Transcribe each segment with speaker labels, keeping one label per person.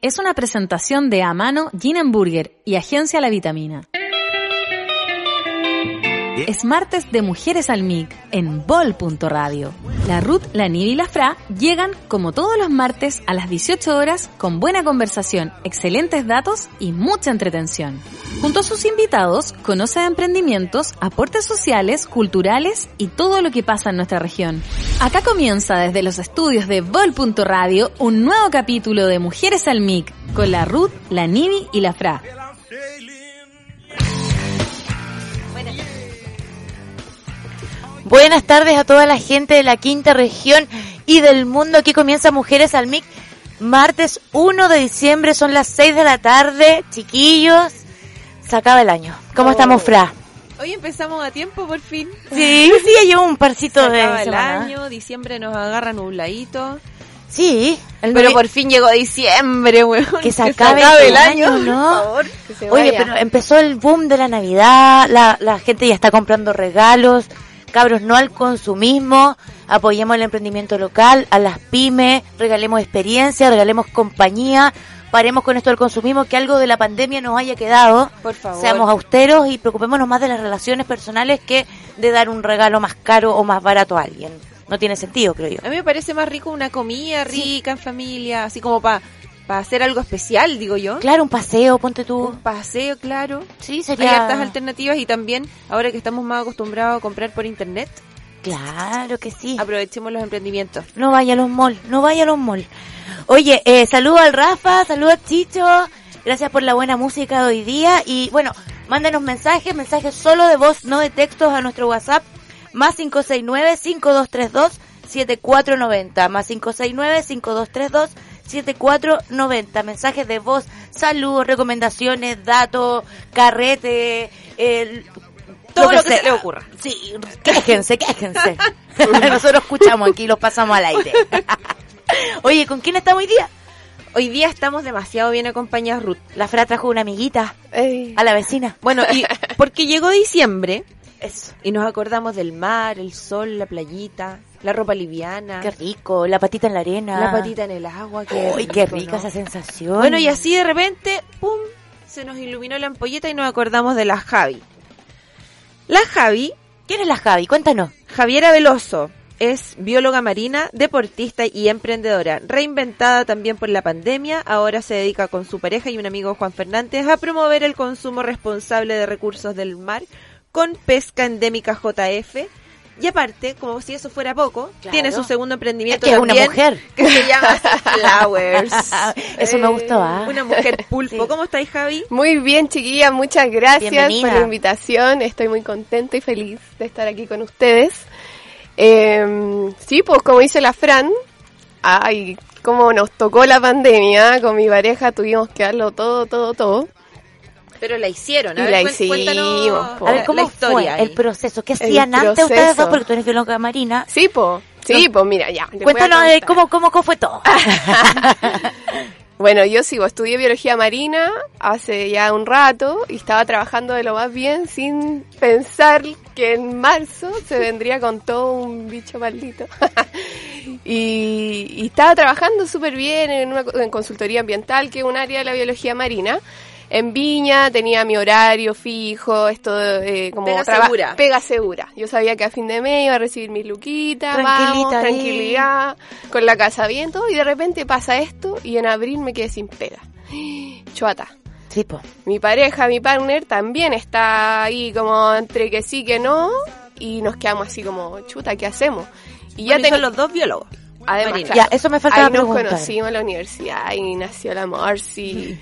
Speaker 1: Es una presentación de Amano, Gin Burger y Agencia La Vitamina. Es martes de Mujeres al MIC en Bol.radio. La Ruth, la Nive y la Fra llegan como todos los martes a las 18 horas con buena conversación, excelentes datos y mucha entretención. Junto a sus invitados, conoce de emprendimientos, aportes sociales, culturales y todo lo que pasa en nuestra región. Acá comienza desde los estudios de Bol.radio un nuevo capítulo de Mujeres al MIC con la Ruth, la Nivi y la Fra.
Speaker 2: Buenas tardes a toda la gente de la quinta región y del mundo. Aquí comienza Mujeres al MIC. Martes 1 de diciembre, son las 6 de la tarde. Chiquillos, se acaba el año. ¿Cómo
Speaker 3: Oh.
Speaker 2: estamos, Fra?
Speaker 3: Hoy empezamos a tiempo, por fin.
Speaker 2: Sí, sí, ya llevo un
Speaker 3: Se
Speaker 2: parcito de
Speaker 3: acaba el
Speaker 2: semana.
Speaker 3: año, diciembre nos agarra nubladito.
Speaker 2: Sí, el
Speaker 3: Pero
Speaker 2: novi-
Speaker 3: por fin llegó diciembre, weón.
Speaker 2: Que se acabe el año, ¿no?
Speaker 3: Por favor, que se
Speaker 2: Oye,
Speaker 3: vaya.
Speaker 2: pero em, empezó el boom de la Navidad, la, la gente ya está comprando regalos, cabros, no al consumismo, apoyemos el emprendimiento local, a las pymes, regalemos experiencia, regalemos compañía, paremos con esto del consumismo, que algo de la pandemia nos haya quedado,
Speaker 3: Por favor.
Speaker 2: seamos austeros y preocupémonos más de las relaciones personales que de dar un regalo más caro o más barato a alguien. No tiene sentido, creo yo.
Speaker 3: A mí me parece más rico una comida
Speaker 2: Sí.
Speaker 3: rica en familia, así como para hacer algo especial, digo yo.
Speaker 2: Claro, un paseo, ponte tú.
Speaker 3: Un paseo, claro.
Speaker 2: Sí,
Speaker 3: Hay
Speaker 2: sería...
Speaker 3: hartas alternativas y también, ahora que estamos más acostumbrados a comprar por internet,
Speaker 2: Claro que sí.
Speaker 3: aprovechemos los emprendimientos.
Speaker 2: No vaya a los malls, no vaya a los malls. Oye, eh, saludo al Rafa, saludo a Chicho, gracias por la buena música de hoy día y bueno, mándenos mensajes, mensajes solo de voz, no de textos a nuestro WhatsApp, más 569-5232-7490, más 569-5232-7490, mensajes de voz, saludos, recomendaciones, datos, carrete, el...
Speaker 3: Todo
Speaker 2: lo que
Speaker 3: se
Speaker 2: sea.
Speaker 3: le ocurra.
Speaker 2: Sí, quéjense, quéjense. Nosotros escuchamos aquí y los pasamos al aire. Oye, ¿con quién estamos hoy día?
Speaker 3: Hoy día estamos demasiado bien acompañados, Ruth.
Speaker 2: La Fra trajo una amiguita a la vecina.
Speaker 3: Bueno, y porque llegó diciembre,
Speaker 2: Eso.
Speaker 3: Y nos acordamos del mar, el sol, la playita, la ropa liviana,
Speaker 2: Qué rico, la patita en la arena.
Speaker 3: la patita en el agua. Qué
Speaker 2: Uy, qué
Speaker 3: rico,
Speaker 2: rica
Speaker 3: ¿no?
Speaker 2: esa sensación.
Speaker 3: Bueno, y así de repente, ¡pum! Se nos iluminó la ampolleta y nos acordamos de la Javi. La Javi,
Speaker 2: ¿Quién es la Javi? Cuéntanos.
Speaker 3: Javiera Veloso, es bióloga marina, deportista y emprendedora. Reinventada también por la pandemia, ahora se dedica con su pareja y un amigo Juan Fernández a promover el consumo responsable de recursos del mar con pesca endémica JF. Y aparte, como si eso fuera poco,
Speaker 2: Claro.
Speaker 3: tiene su segundo
Speaker 2: Es
Speaker 3: emprendimiento
Speaker 2: que es una
Speaker 3: también,
Speaker 2: mujer. Ah,
Speaker 3: que se llama Flowers.
Speaker 2: Eso me gustó, ¿ah?
Speaker 3: eh, Una mujer pulpo.
Speaker 2: Sí.
Speaker 3: ¿Cómo estáis, Javi?
Speaker 4: Muy bien, chiquilla, muchas gracias
Speaker 2: Bienvenida.
Speaker 4: por la invitación. Estoy muy contenta y feliz de estar aquí con ustedes. Eh, sí, pues como dice la Fran, ay, como nos tocó la pandemia, con mi pareja tuvimos que darlo todo, todo, todo.
Speaker 3: Pero la hicieron, a
Speaker 4: Y
Speaker 3: ver,
Speaker 4: la
Speaker 3: cuen-
Speaker 4: hicimos,
Speaker 3: cuéntanos
Speaker 4: po.
Speaker 2: A ver,
Speaker 3: la-
Speaker 2: ¿cómo
Speaker 3: la historia
Speaker 2: fue
Speaker 3: ahí.
Speaker 2: el proceso? ¿Qué
Speaker 4: El
Speaker 2: hacían antes ustedes dos?
Speaker 4: proceso.
Speaker 2: Porque tú eres bióloga marina.
Speaker 4: Sí, pues, sí, pues mira, ya. les voy a
Speaker 2: Cuéntanos de
Speaker 4: contar.
Speaker 2: cómo, cómo, cómo fue todo.
Speaker 3: Ah.
Speaker 4: Bueno, yo sigo, estudié biología marina hace ya un rato y estaba trabajando de lo más bien sin pensar que en marzo se vendría con todo un bicho maldito. y, y estaba trabajando súper bien en una co- en consultoría ambiental, que es un área de la biología marina. En Viña tenía mi horario fijo, esto de, eh, como
Speaker 3: Pega
Speaker 4: traba-
Speaker 3: segura.
Speaker 4: Pega segura. Yo sabía que a fin de mes iba a recibir mis luquitas,
Speaker 2: Tranquilita
Speaker 4: vamos,
Speaker 2: ahí.
Speaker 4: tranquilidad ya con la casa bien todo y de repente pasa esto y en abril me quedé sin pega. Chuata.
Speaker 2: Sí, po.
Speaker 4: Mi pareja, mi partner también está ahí como entre que sí que no y nos quedamos así como chuta, ¿qué hacemos? Y
Speaker 3: Bueno, y
Speaker 4: ten-
Speaker 3: son los dos biólogos.
Speaker 4: Además,
Speaker 3: Marina.
Speaker 4: claro,
Speaker 2: Ya, eso me faltaba
Speaker 4: ahí nos
Speaker 2: preguntar.
Speaker 4: conocimos en la universidad y nació la Marcy.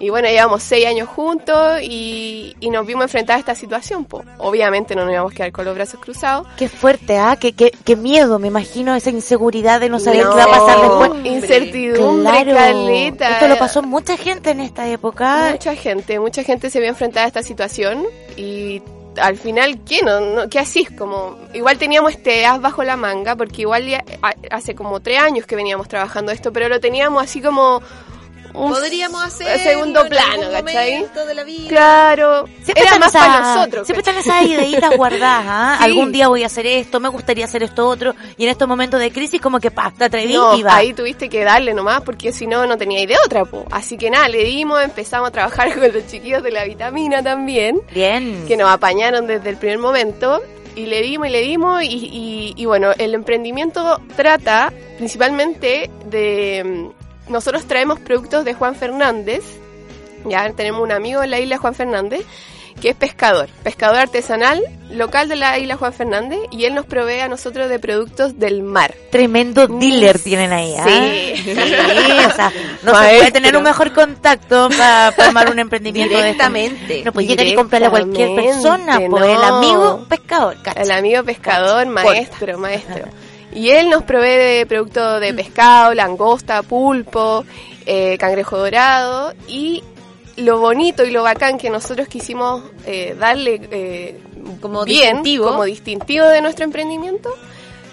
Speaker 4: y bueno, llevamos seis años juntos y, y nos vimos enfrentados a esta situación. po. Obviamente no nos íbamos a quedar con los brazos cruzados.
Speaker 2: Qué fuerte, ¿ah? Qué, qué, qué miedo, me imagino, esa inseguridad de no saber
Speaker 3: No.
Speaker 2: qué va a pasar después.
Speaker 4: Incertidumbre, caleta.
Speaker 2: Esto lo pasó mucha gente en esta época.
Speaker 4: Mucha gente, mucha gente se vio enfrentada a esta situación y al final, ¿qué, no, no, ¿qué hacís? Como, igual teníamos este as bajo la manga, porque igual ya- a- hace como tres años que veníamos trabajando esto, pero lo teníamos así como un
Speaker 5: Podríamos hacer
Speaker 4: segundo plano, ¿cachai?
Speaker 5: de la vida.
Speaker 4: Claro. Era más
Speaker 2: están
Speaker 4: para
Speaker 2: esas-
Speaker 4: nosotros.
Speaker 2: Siempre están esas ideitas guardadas, ¿ah?
Speaker 4: Sí.
Speaker 2: Algún día voy a hacer esto, me gustaría hacer esto otro. Y en estos momentos de crisis, como que pa, te atreví
Speaker 4: No,
Speaker 2: y va.
Speaker 4: ahí tuviste que darle nomás porque si no, no tenía idea otra, po. Así que nada, le dimos, empezamos a trabajar con los chiquillos de la vitamina también,
Speaker 2: Bien.
Speaker 4: que nos apañaron desde el primer momento. Y le dimos y le dimos, y, y- y bueno, el emprendimiento trata principalmente de. mm, Nosotros traemos productos de Juan Fernández, ya tenemos un amigo en la isla Juan Fernández, que es pescador, pescador artesanal local de la isla Juan Fernández, y él nos provee a nosotros de productos del mar.
Speaker 2: Tremendo dealer
Speaker 4: Mm,
Speaker 2: tienen ahí, ¿ah?
Speaker 4: sí.
Speaker 2: Sí, o sea, no se puede
Speaker 4: Maestro.
Speaker 2: tener un mejor contacto para armar un emprendimiento de esto.
Speaker 5: Directamente.
Speaker 2: No, pues llegar y comprarle a cualquier persona,
Speaker 4: Directamente,
Speaker 2: pues el
Speaker 4: no.
Speaker 2: amigo pescador, cacha.
Speaker 4: El amigo pescador, maestro, maestro. Y él nos provee de productos
Speaker 5: Mm.
Speaker 4: de pescado, langosta, pulpo, eh, cangrejo dorado y lo bonito y lo bacán que nosotros quisimos eh, darle eh,
Speaker 5: Como
Speaker 4: bien,
Speaker 5: distintivo.
Speaker 4: como distintivo de nuestro emprendimiento,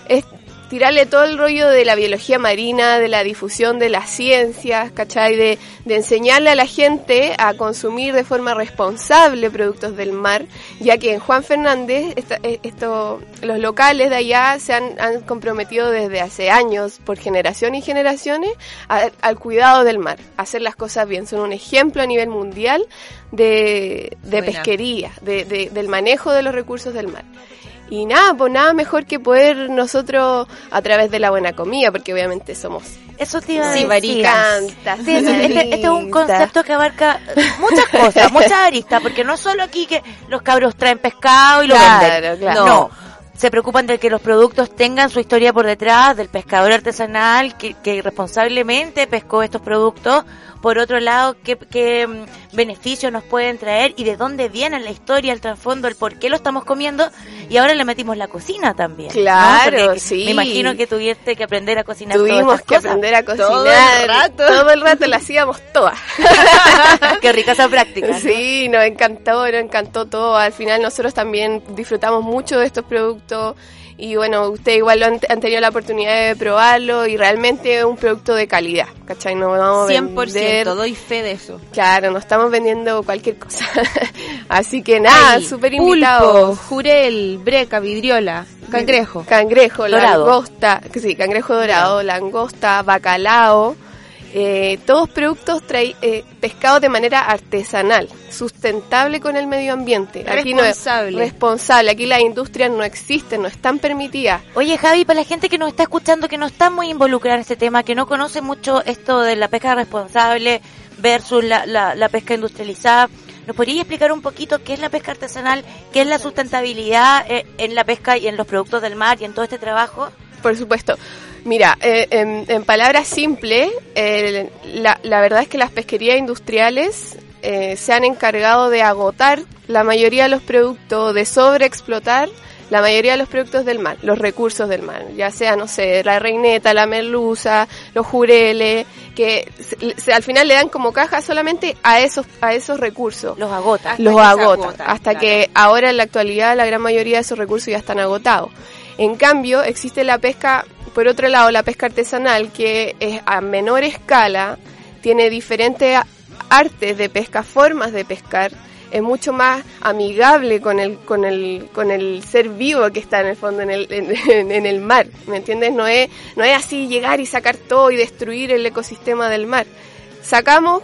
Speaker 4: es tirarle todo el rollo de la biología marina, de la difusión de las ciencias, ¿cachai? De, de enseñarle a la gente a consumir de forma responsable productos del mar, ya que en Juan Fernández esta- eh, esto, los locales de allá se han, han comprometido desde hace años, por generación y generaciones, a- al cuidado del mar, a hacer las cosas bien. Son un ejemplo a nivel mundial de, de
Speaker 5: Buena.
Speaker 4: pesquería, de- de- del manejo de los recursos del mar. Y nada, pues nada mejor que poder nosotros a través de la buena comida, porque obviamente somos
Speaker 2: Eso te iba a decir.
Speaker 4: sibaricantas,
Speaker 2: Sí, sí, este, este es un
Speaker 4: sibaritas.
Speaker 2: concepto que abarca muchas cosas, muchas aristas, porque no solo aquí que los cabros traen pescado y lo
Speaker 4: Claro,
Speaker 2: venden.
Speaker 4: claro.
Speaker 2: No. Se preocupan de que los productos tengan su historia por detrás, del pescador artesanal que, que responsablemente pescó estos productos. Por otro lado, qué, qué, mm, beneficios nos pueden traer y de dónde viene la historia, el trasfondo, el por qué lo estamos comiendo. Y ahora le metimos la cocina también. ¿no?
Speaker 4: Claro,
Speaker 2: Porque
Speaker 4: sí.
Speaker 2: Me imagino que tuviste que aprender a cocinar. todas
Speaker 4: Tuvimos
Speaker 2: estas
Speaker 4: que
Speaker 2: cosas.
Speaker 4: aprender a cocinar.
Speaker 5: Todo el rato.
Speaker 4: Todo el rato la hacíamos todas.
Speaker 2: Ah, Qué rica esa práctica. ¿no?
Speaker 4: Sí, nos encantó, nos encantó todo. Al final nosotros también disfrutamos mucho de estos productos y bueno, ustedes igual lo han, han tenido la oportunidad de probarlo y realmente es un producto de calidad, ¿cachai? No vamos a
Speaker 5: 100%,
Speaker 4: vender-
Speaker 5: doy fe de eso.
Speaker 4: Claro, no estamos vendiendo cualquier cosa. Así que nada,
Speaker 5: Hay
Speaker 4: súper
Speaker 5: pulpo,
Speaker 4: Ah, invitados.
Speaker 5: jurel, breca, vidriola, cangrejo.
Speaker 4: Cangrejo,
Speaker 2: Dorado.
Speaker 4: langosta, que sí, cangrejo dorado, langosta, bacalao, eh, todos productos trai- eh, pescados de manera artesanal, sustentable con el medio ambiente.
Speaker 5: Responsable.
Speaker 4: No es, responsable. Aquí las industrias no existen, no están permitidas.
Speaker 2: Oye, Javi, para la gente que nos está escuchando, que no está muy involucrada en este tema, que no conoce mucho esto de la pesca responsable versus la, la, la pesca industrializada, ¿nos podrías explicar un poquito qué es la pesca artesanal, qué es la sustentabilidad eh, en la pesca y en los productos del mar y en todo este trabajo?
Speaker 4: Por supuesto. Mira, eh, en, en palabras simples, el- la, la verdad es que las pesquerías industriales eh, se han encargado de agotar la mayoría de los productos, de sobreexplotar la mayoría de los productos del mar, los recursos del mar, ya sea, no sé, la reineta, la merluza, los jureles, que se- se- al final le dan como caja solamente a esos, a esos recursos
Speaker 2: Los agota.
Speaker 5: Hasta
Speaker 4: los
Speaker 5: que se
Speaker 4: agota,
Speaker 5: agotan,
Speaker 4: hasta
Speaker 5: claro.
Speaker 4: que ahora en la actualidad la gran mayoría de esos recursos ya están agotados. En cambio, existe la pesca, por otro lado, la pesca artesanal, que es a menor escala, tiene diferentes a- artes de pesca, formas de pescar, es mucho más amigable con el, con el, con el ser vivo que está en el fondo en el, en, en el mar, ¿me entiendes? No es, no es así llegar y sacar todo y destruir el ecosistema del mar. Sacamos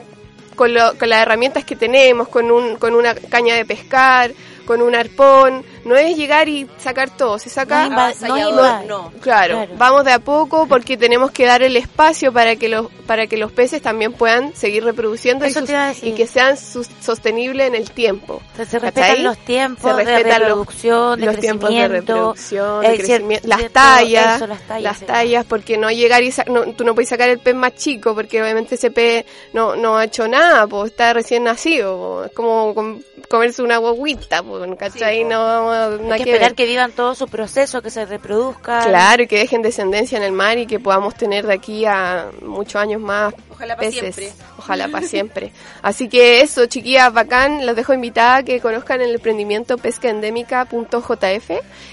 Speaker 4: con, lo- con las herramientas que tenemos, con, un, con una caña de pescar, con un arpón. No es llegar y sacar todo, se
Speaker 3: Ah,
Speaker 4: saca...
Speaker 2: No invad- no
Speaker 5: Avasallador,
Speaker 2: invad-
Speaker 5: no.
Speaker 4: Claro,
Speaker 2: Claro.
Speaker 4: vamos de a poco porque tenemos que dar el espacio para que los para que los peces también puedan seguir reproduciendo y,
Speaker 2: Eso
Speaker 4: sus-
Speaker 2: te iba a decir.
Speaker 4: y que sean sus- sostenibles en el tiempo.
Speaker 2: Se, se respetan
Speaker 4: ¿Cachai?
Speaker 2: los tiempos
Speaker 4: Se
Speaker 2: de
Speaker 4: respetan los-
Speaker 2: reproducción, de
Speaker 4: los tiempos de
Speaker 2: crecimiento,
Speaker 4: reproducción, de
Speaker 2: eh, cier-
Speaker 4: crecimiento, las,
Speaker 2: cierto,
Speaker 4: tallas,
Speaker 2: eso, las tallas, sí.
Speaker 4: porque no llegar y sa- no, tú no puedes sacar el pez más chico porque obviamente ese pez no, no ha hecho nada, pues está recién nacido, po. es como com- comerse una guaguita, pues, ¿cachai?
Speaker 5: Sí, po.
Speaker 4: no, no
Speaker 2: Hay que
Speaker 4: ver.
Speaker 2: esperar que vivan todo su proceso, que se reproduzcan.
Speaker 4: Claro, y que dejen descendencia en el mar y que podamos tener de aquí a muchos años más
Speaker 5: Ojalá para
Speaker 4: peces.
Speaker 5: siempre.
Speaker 4: Ojalá para siempre. Así que eso, chiquillas, bacán. Los dejo invitada a que conozcan el emprendimiento pescaendémica.jf.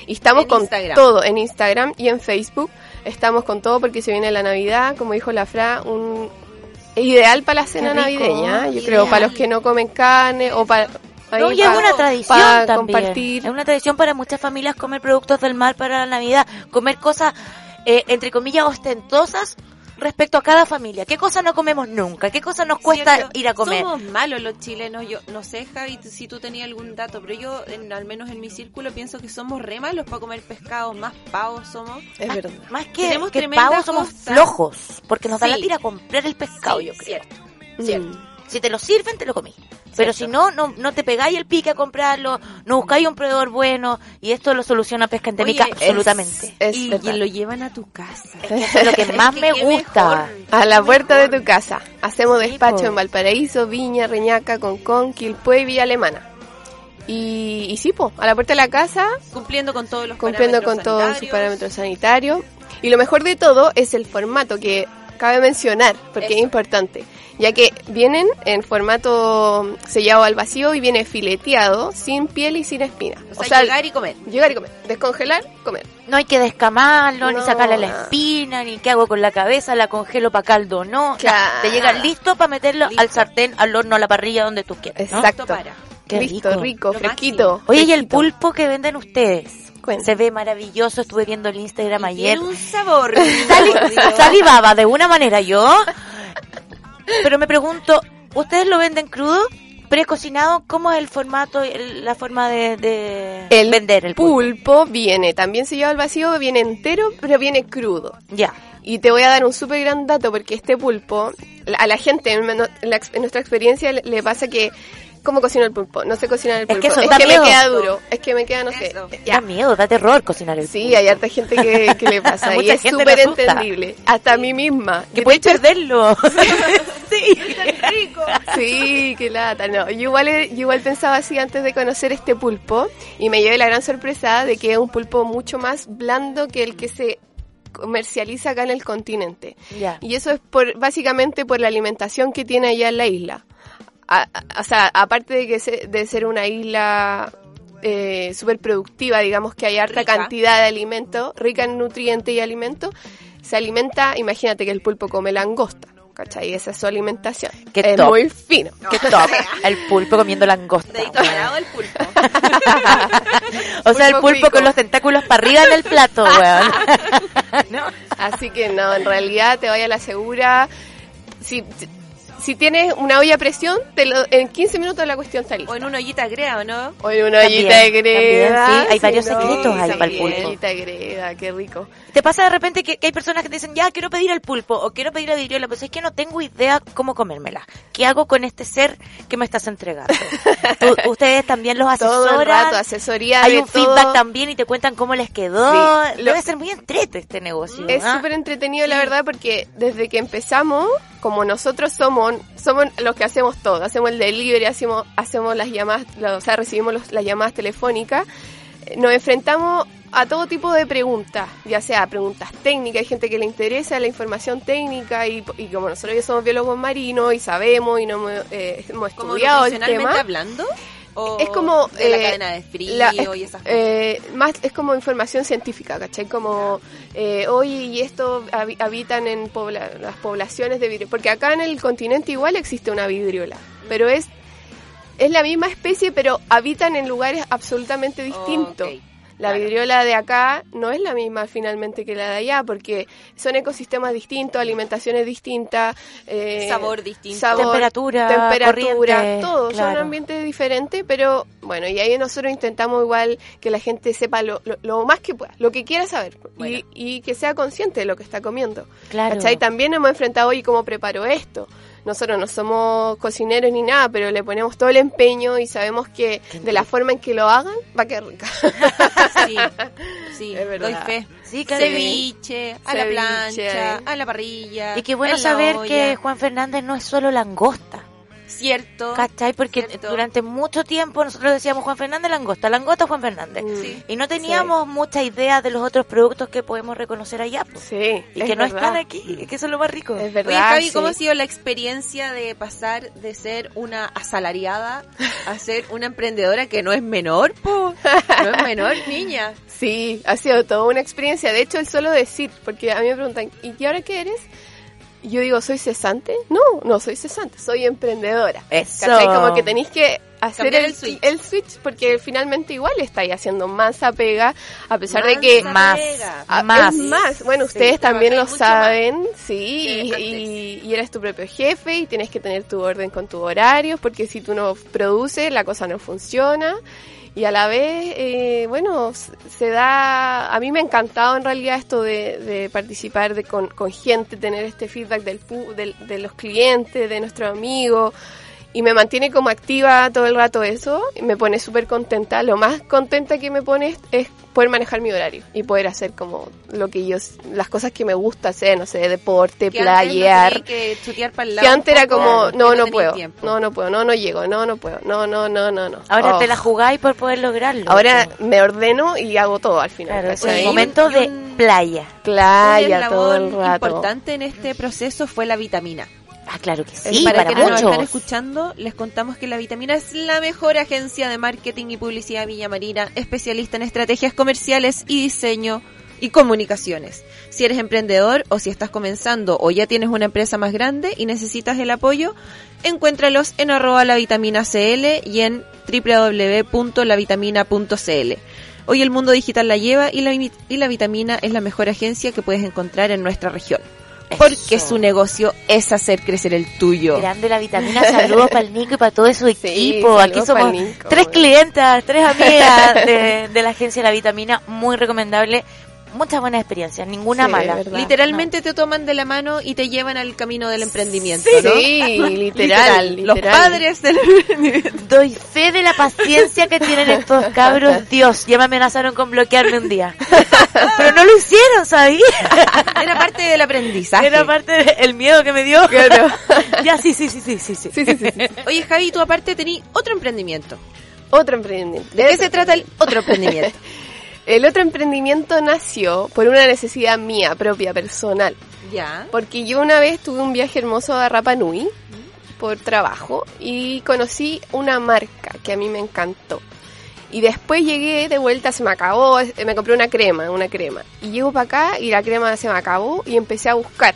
Speaker 4: Y estamos
Speaker 5: En
Speaker 4: con
Speaker 5: Instagram.
Speaker 4: todo en Instagram y en Facebook. Estamos con todo porque se viene la Navidad, como dijo la Fra, un Es ideal para la cena
Speaker 2: Qué rico,
Speaker 4: navideña, ¿eh? yo creo, para los que no comen carne o para...
Speaker 2: No, y es una tradición
Speaker 4: para
Speaker 2: también.
Speaker 4: compartir.
Speaker 2: Es una tradición para muchas familias comer productos del mar para la Navidad, comer cosas, eh, entre comillas, ostentosas respecto a cada familia. ¿Qué cosas no comemos nunca? ¿Qué cosas nos cuesta
Speaker 3: ¿Cierto?
Speaker 2: ir a comer?
Speaker 3: Somos malos los chilenos. Yo no sé, Javi, tú- si tú tenías algún dato, pero yo, en- al menos en mi círculo, pienso que somos re malos para comer pescado, más pavos somos.
Speaker 4: Es verdad.
Speaker 2: Más que,
Speaker 3: Tenemos
Speaker 2: que
Speaker 3: tremenda
Speaker 2: pavos somos
Speaker 3: cosa.
Speaker 2: flojos, porque nos da la
Speaker 3: Sí.
Speaker 2: tira comprar el pescado,
Speaker 3: Sí,
Speaker 2: yo creo.
Speaker 3: cierto.
Speaker 4: Mm.
Speaker 2: Cierto. Si te lo sirven, te lo comí. Pero si no, no, no te pegáis el pique a comprarlo, no buscáis un proveedor bueno, y esto lo soluciona Pesca Endémica
Speaker 3: Oye,
Speaker 2: absolutamente.
Speaker 4: Es
Speaker 3: y,
Speaker 4: verdad.
Speaker 3: y lo llevan a tu casa.
Speaker 2: Eso es lo que más
Speaker 3: que
Speaker 2: me
Speaker 3: qué
Speaker 2: gusta.
Speaker 3: mejor.
Speaker 4: A la puerta de tu casa. Hacemos
Speaker 2: Sí,
Speaker 4: despacho
Speaker 2: po.
Speaker 4: en Valparaíso, Viña, Reñaca, Concón, Quilpue y Villa Alemana. Y, y sí, po, a la puerta de la casa,
Speaker 3: Cumpliendo con todos los
Speaker 4: cumpliendo con
Speaker 3: parámetros
Speaker 4: todos sus
Speaker 3: sanitarios.
Speaker 4: parámetros sanitarios. Y lo mejor de todo es el formato que cabe mencionar, porque es
Speaker 3: Eso.
Speaker 4: importante, ya que vienen en formato sellado al vacío y viene fileteado, sin piel y sin espina.
Speaker 3: O sea, llegar y comer.
Speaker 4: llegar y comer, descongelar, comer.
Speaker 2: No hay que descamarlo,
Speaker 4: No.
Speaker 2: ni sacarle la espina, ni qué hago con la cabeza, la congelo para caldo, no.
Speaker 4: Claro.
Speaker 2: Te llega listo para meterlo al sartén, al horno, a la parrilla, donde tú quieras. ¿no?
Speaker 4: Exacto.
Speaker 3: Para.
Speaker 2: Qué
Speaker 4: Listo,
Speaker 2: rico.
Speaker 4: rico,
Speaker 3: Lo
Speaker 4: fresquito.
Speaker 2: Oye, y el
Speaker 4: fresquito.
Speaker 2: pulpo que venden ustedes.
Speaker 4: Cuenta.
Speaker 2: Se ve maravilloso, estuve viendo el Instagram
Speaker 3: Y
Speaker 2: ayer.
Speaker 3: tiene un sabor.
Speaker 2: Sali-
Speaker 3: por Dios.
Speaker 2: salivaba de una manera yo. Pero me pregunto, ¿ustedes lo venden crudo? ¿Precocinado? ¿Cómo es el formato, el- la forma de, de
Speaker 4: El
Speaker 2: vender el pulpo?
Speaker 4: pulpo viene, también sellado al vacío, viene entero, pero viene crudo.
Speaker 2: Ya.
Speaker 4: Y te voy a dar un súper gran dato porque este pulpo, la- a la gente, en, no- en la ex- en nuestra experiencia, le, le pasa que, ¿cómo cocino el pulpo? No sé cocinar el
Speaker 2: Es
Speaker 4: pulpo.
Speaker 2: que eso
Speaker 4: es
Speaker 2: da
Speaker 4: que
Speaker 2: miedo.
Speaker 4: me queda duro, es que me queda, no sé.
Speaker 3: Eso.
Speaker 4: ya.
Speaker 2: Da miedo, da terror cocinar el
Speaker 4: Sí,
Speaker 2: pulpo.
Speaker 4: hay harta gente que, que le pasa y
Speaker 2: Mucha
Speaker 4: es
Speaker 2: gente le
Speaker 4: súper
Speaker 2: asusta.
Speaker 4: entendible. Hasta a mí misma.
Speaker 2: Que puedes perderlo. sí.
Speaker 4: Sí, qué lata. No, yo igual, yo igual pensaba así antes de conocer este pulpo y me llevé la gran sorpresa de que es un pulpo mucho más blando que el que se comercializa acá en el continente.
Speaker 2: Ya.
Speaker 4: Y eso es por básicamente por la alimentación que tiene allá en la isla. A- a- o sea, aparte de que se- de ser una isla eh, súper productiva, digamos que hay harta
Speaker 3: Rica.
Speaker 4: cantidad de alimento, rica en nutrientes y alimentos, se alimenta, imagínate que el pulpo come langosta, ¿cachai? Esa es su alimentación.
Speaker 2: Qué
Speaker 4: es
Speaker 2: top.
Speaker 4: muy fino.
Speaker 2: Qué top. El pulpo comiendo langosta.
Speaker 3: Dedito parado el pulpo.
Speaker 2: O sea, el
Speaker 4: Pulpo
Speaker 2: pulpo
Speaker 4: cuico.
Speaker 2: con los tentáculos para arriba en el plato, weón.
Speaker 4: Así que no, en realidad te vaya a la segura. Si, si tienes una olla a presión, te lo- en 15 minutos la cuestión está lista.
Speaker 3: O en una ollita greda, ¿o no?
Speaker 4: O en una
Speaker 2: También,
Speaker 4: ollita de
Speaker 2: también,
Speaker 4: greda.
Speaker 2: sí, hay varios
Speaker 3: secretos ahí
Speaker 4: sí,
Speaker 3: para el pulpo.
Speaker 4: ollita de greda, qué rico.
Speaker 2: ¿Te pasa de repente que, que hay personas que te dicen, ya, quiero pedir el pulpo o quiero pedir la vidriola, pero es que no tengo idea cómo comérmela? ¿Qué hago con este ser que me estás entregando? Tú- ustedes también los asesoran.
Speaker 4: Todo el rato, asesoría
Speaker 2: hay
Speaker 4: de
Speaker 2: un
Speaker 4: todo.
Speaker 2: feedback también y te cuentan cómo les quedó.
Speaker 4: Sí, lo-
Speaker 2: Debe ser muy entrete este negocio.
Speaker 4: Es
Speaker 2: ¿ah?
Speaker 4: súper entretenido, la verdad, porque desde que empezamos, como nosotros somos somos los que hacemos todo, hacemos el delivery, hacemos, hacemos las llamadas, la- o sea, recibimos los- las llamadas telefónicas, eh, nos enfrentamos a todo tipo de preguntas, ya sea preguntas técnicas, hay gente que le interesa la información técnica y, y como nosotros ya somos biólogos marinos y sabemos y no hemos, eh, hemos
Speaker 3: Como
Speaker 4: estudiado el
Speaker 3: nutricionalmente
Speaker 4: tema.
Speaker 3: hablando. O
Speaker 4: Es como,
Speaker 3: de la
Speaker 4: eh,
Speaker 3: cadena de frío
Speaker 4: la-
Speaker 3: y esas cosas.
Speaker 4: Eh, más es como información científica, ¿cachai? Como, eh, oye, y esto habi- habitan en pobla- las poblaciones de vidrio. Porque acá en el continente igual existe una vidriola, pero es, es la misma especie, pero habitan en lugares absolutamente distintos.
Speaker 3: Ok.
Speaker 4: La
Speaker 3: Claro.
Speaker 4: vidriola de acá no es la misma finalmente que la de allá, porque son ecosistemas distintos, alimentaciones distintas, eh,
Speaker 3: Sabor distinto.
Speaker 4: sabor,
Speaker 2: Temperatura,
Speaker 4: temperatura,
Speaker 2: corriente,
Speaker 4: todo, son
Speaker 2: claro.
Speaker 4: ambientes diferentes, pero bueno, y ahí nosotros intentamos igual que la gente sepa lo, lo- lo más que pueda, lo que quiera saber,
Speaker 3: Bueno.
Speaker 4: y, y que sea consciente de lo que está comiendo.
Speaker 2: Claro.
Speaker 4: ¿Cachai? También hemos enfrentado, oye, cómo preparo esto. Nosotros no somos cocineros ni nada, pero le ponemos todo el empeño y sabemos que de la forma en que lo hagan, va a quedar rica.
Speaker 3: Sí, sí,
Speaker 4: Es verdad.
Speaker 3: doy fe.
Speaker 2: Sí, claro.
Speaker 3: Ceviche, a la
Speaker 4: Ceviche.
Speaker 3: plancha, a la parrilla.
Speaker 2: Y qué bueno
Speaker 3: en la
Speaker 2: saber
Speaker 3: olla.
Speaker 2: que Juan Fernández no es solo langosta.
Speaker 3: Cierto.
Speaker 2: ¿Cachai? Porque
Speaker 3: Cierto.
Speaker 2: durante mucho tiempo nosotros decíamos Juan Fernández Langosta, Langosta Juan Fernández.
Speaker 3: Sí.
Speaker 2: Y no teníamos mucha idea de los otros productos que podemos reconocer allá. pues.
Speaker 4: Sí,
Speaker 2: Y
Speaker 4: es
Speaker 2: que no
Speaker 4: verdad.
Speaker 2: están aquí, que eso es lo más rico.
Speaker 4: Es
Speaker 3: Oye,
Speaker 4: verdad.
Speaker 3: Javi,
Speaker 4: sí.
Speaker 3: ¿cómo ha sido la experiencia de pasar de ser una asalariada a ser una emprendedora que no es menor, po? No es menor, niña.
Speaker 4: Sí, ha sido toda una experiencia. De hecho, el solo decir, porque a mí me preguntan, ¿y qué ahora qué eres? yo digo, ¿soy cesante? No, no soy cesante, soy emprendedora.
Speaker 5: Eso.
Speaker 4: ¿Cachai? Como que tenéis que hacer
Speaker 3: Cambiar
Speaker 4: el,
Speaker 3: el switch.
Speaker 4: el switch porque finalmente igual estáis haciendo más apega a pesar de
Speaker 3: Mansa
Speaker 4: que
Speaker 2: más.
Speaker 3: pega.
Speaker 4: Ah,
Speaker 2: Más.
Speaker 4: es más. Bueno,
Speaker 3: Sí,
Speaker 4: ustedes también
Speaker 3: trabajáis
Speaker 4: lo
Speaker 3: mucho
Speaker 4: saben, sí,
Speaker 3: que
Speaker 4: y, y- y eres tu propio jefe y tienes que tener tu orden con tu horario, porque si tú no produces, la cosa no funciona. Y a la vez, eh, bueno, s- se da, a mí me ha encantado en realidad esto de, de participar de, con, con gente, tener este feedback del, pu- del- de los clientes, de nuestros amigos, y me mantiene como activa todo el rato eso, y me pone súper contenta. Lo más contenta que me pone es, es poder manejar mi horario y poder hacer como lo que yo, las cosas que me gusta hacer, no sé, deporte,
Speaker 3: Que antes no tenía
Speaker 4: playar.
Speaker 3: que chutear para el
Speaker 4: Que
Speaker 3: lado
Speaker 4: antes era
Speaker 3: un poco,
Speaker 4: como,
Speaker 3: porque
Speaker 4: no, no
Speaker 3: tenía
Speaker 4: puedo,
Speaker 3: tiempo.
Speaker 4: no, no puedo, no, no llego, no, no puedo, no, no, no, no, no.
Speaker 2: Ahora
Speaker 4: Oh.
Speaker 2: te la jugáis por poder lograrlo.
Speaker 4: Ahora me ordeno y hago todo al final.
Speaker 2: Claro, es
Speaker 4: ¿cachai?
Speaker 2: un
Speaker 3: Oye,
Speaker 2: momento
Speaker 3: y
Speaker 2: de
Speaker 3: un-
Speaker 2: playa.
Speaker 3: Una
Speaker 4: playa todo el
Speaker 3: labor
Speaker 4: rato.
Speaker 3: importante en este proceso fue la vitamina.
Speaker 2: Ah, claro que
Speaker 3: Eh,
Speaker 2: sí,
Speaker 3: para,
Speaker 2: para,
Speaker 3: quienes nos están
Speaker 2: muchos.
Speaker 3: escuchando, les contamos que la Vitamina es la mejor agencia de marketing y publicidad de Villa Marina, especialista en estrategias comerciales y diseño y comunicaciones. Si eres emprendedor o si estás comenzando o ya tienes una empresa más grande y necesitas el apoyo, encuéntralos en arroba la vitamina CL y en www.lavitamina.cl. Hoy el mundo digital la lleva y la, vi- y la vitamina es la mejor agencia que puedes encontrar en nuestra región. Porque
Speaker 2: Eso.
Speaker 3: su negocio es hacer crecer el tuyo.
Speaker 2: Grande la vitamina. Saludos para el Nico y para todo su
Speaker 4: Sí,
Speaker 2: equipo.
Speaker 4: saludos
Speaker 2: Aquí
Speaker 4: pa'l
Speaker 2: somos
Speaker 4: Nico,
Speaker 2: tres
Speaker 4: bueno.
Speaker 2: clientas, tres amigas de, de la agencia La Vitamina. Muy recomendable. Muchas buenas experiencias, ninguna
Speaker 4: Sí,
Speaker 2: mala.
Speaker 4: verdad.
Speaker 3: Literalmente te toman de la mano y te llevan al camino del emprendimiento, ¿no?
Speaker 4: Sí, literal,
Speaker 3: Los
Speaker 4: literal.
Speaker 3: padres del emprendimiento.
Speaker 2: Doy fe de la paciencia que tienen estos cabros. Dios, ya me amenazaron con bloquearme un día. Pero no lo hicieron, ¿sabías?
Speaker 3: Era parte del aprendizaje.
Speaker 2: Era parte del miedo que me dio.
Speaker 4: Claro.
Speaker 2: ya, sí, sí, sí, sí, sí. sí.
Speaker 4: Sí, sí, sí, sí.
Speaker 3: Oye, Javi, tú aparte tenías otro emprendimiento.
Speaker 4: Otro emprendimiento.
Speaker 3: ¿De qué se trata el otro emprendimiento?
Speaker 4: El otro emprendimiento nació por una necesidad mía, propia, personal.
Speaker 3: ya.
Speaker 4: Porque yo una vez tuve un viaje hermoso a Rapa Nui por trabajo y conocí una marca que a mí me encantó. Y después llegué de vuelta, se me acabó, eh, me compré una crema, una crema. Y llego para acá y la crema se me acabó y empecé a buscar.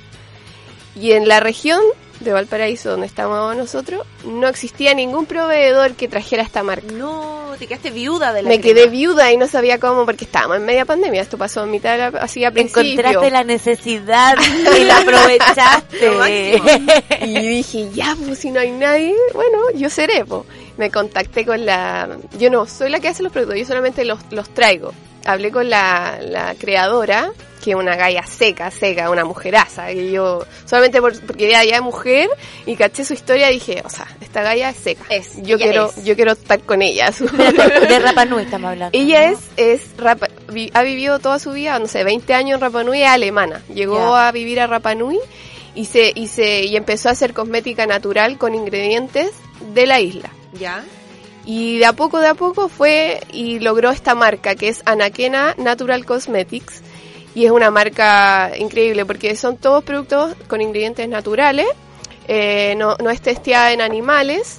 Speaker 4: Y en la región de Valparaíso, donde estamos nosotros, no existía ningún proveedor que trajera esta marca.
Speaker 3: No, te quedaste viuda de la
Speaker 4: Me quedé
Speaker 3: crema.
Speaker 4: viuda y no sabía cómo porque estábamos en media pandemia. Esto pasó en mitad, de la- así a principio.
Speaker 2: Encontraste la necesidad y la
Speaker 3: Lo máximo.
Speaker 2: aprovechaste.
Speaker 4: Y dije, ya, pues si no hay nadie, bueno, yo seré. po. Me contacté con la... Yo no soy la que hace los productos, yo solamente los, los traigo. Hablé con la, la creadora, que es una galla seca, seca, una mujeraza. Y yo, solamente por- porque era ya mujer y caché su historia, dije, o sea, esta galla es seca.
Speaker 3: Es,
Speaker 4: yo,
Speaker 3: ella
Speaker 4: quiero,
Speaker 3: es.
Speaker 4: yo quiero estar con ella.
Speaker 2: De Rapa Nui estamos hablando.
Speaker 4: Ella
Speaker 2: ¿no?
Speaker 4: es, es Rapa- vi- ha vivido toda su vida, no sé, 20 años en Rapa Nui, es alemana. Llegó
Speaker 2: Ya.
Speaker 4: a vivir a Rapa Nui y, se, y, se, y empezó a hacer cosmética natural con ingredientes de la isla.
Speaker 3: Ya.
Speaker 4: Y de a poco, de a poco fue y logró esta marca que es Anakena Natural Cosmetics. Y es una marca increíble porque son todos productos con ingredientes naturales, eh, no, no es testeada en animales,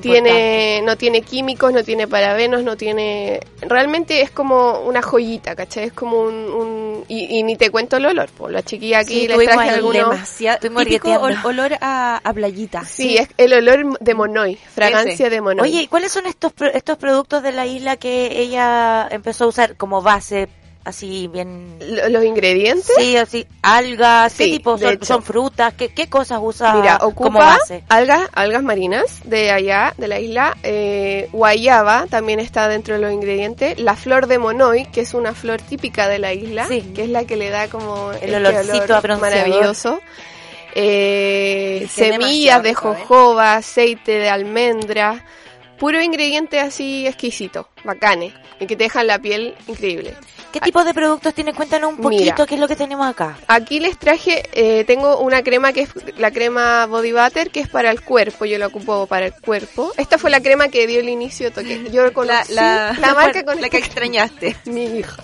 Speaker 4: tiene, no tiene químicos, no tiene parabenos, no tiene... Realmente es como una joyita, ¿cachai? Es como un... un- y, y ni te cuento el olor, po. la chiquilla aquí
Speaker 3: Sí,
Speaker 4: le
Speaker 3: tuvimos
Speaker 4: traje
Speaker 3: el
Speaker 4: algunos...
Speaker 3: demasiado
Speaker 2: Estuvimos
Speaker 3: típico
Speaker 2: riqueteando.
Speaker 3: ol- olor a, a playita.
Speaker 4: Sí, es el olor de Monoi, fragancia de Monoi.
Speaker 2: Oye, ¿y cuáles son estos pro- estos productos de la isla que ella empezó a usar como base, así bien?
Speaker 4: Lo- los ingredientes...
Speaker 2: Sí, así, algas, ¿qué
Speaker 4: Sí,
Speaker 2: tipo?
Speaker 4: de
Speaker 2: ¿Son,
Speaker 4: hecho.
Speaker 2: son frutas? ¿Qué, qué cosas usa
Speaker 4: Mira,
Speaker 2: como
Speaker 4: ocupa
Speaker 2: base?
Speaker 4: algas, algas marinas de allá, de la isla. eh, guayaba también está dentro de los ingredientes. La flor de monoi, que es una flor típica de la isla,
Speaker 2: Sí.
Speaker 4: que es la que le da como este
Speaker 2: El olorcito a bronceador.
Speaker 4: maravilloso. Eh,
Speaker 3: Es que es
Speaker 4: semillas
Speaker 3: demasiado
Speaker 4: de
Speaker 3: rico, ¿eh?
Speaker 4: jojoba, aceite de almendra. Puro ingrediente así exquisito, bacanes, y que te dejan la piel increíble.
Speaker 2: ¿Qué tipo de productos tiene? Cuéntanos un poquito
Speaker 4: Mira.
Speaker 2: qué es lo que tenemos acá.
Speaker 4: Aquí les traje, eh, tengo una crema que es la crema Body Butter, que es para el cuerpo, yo la ocupo para el cuerpo. Esta fue la crema que dio el inicio, toque. Yo
Speaker 3: La,
Speaker 4: conocí la,
Speaker 3: la,
Speaker 4: marca con
Speaker 3: la que extrañaste.
Speaker 4: mi hija.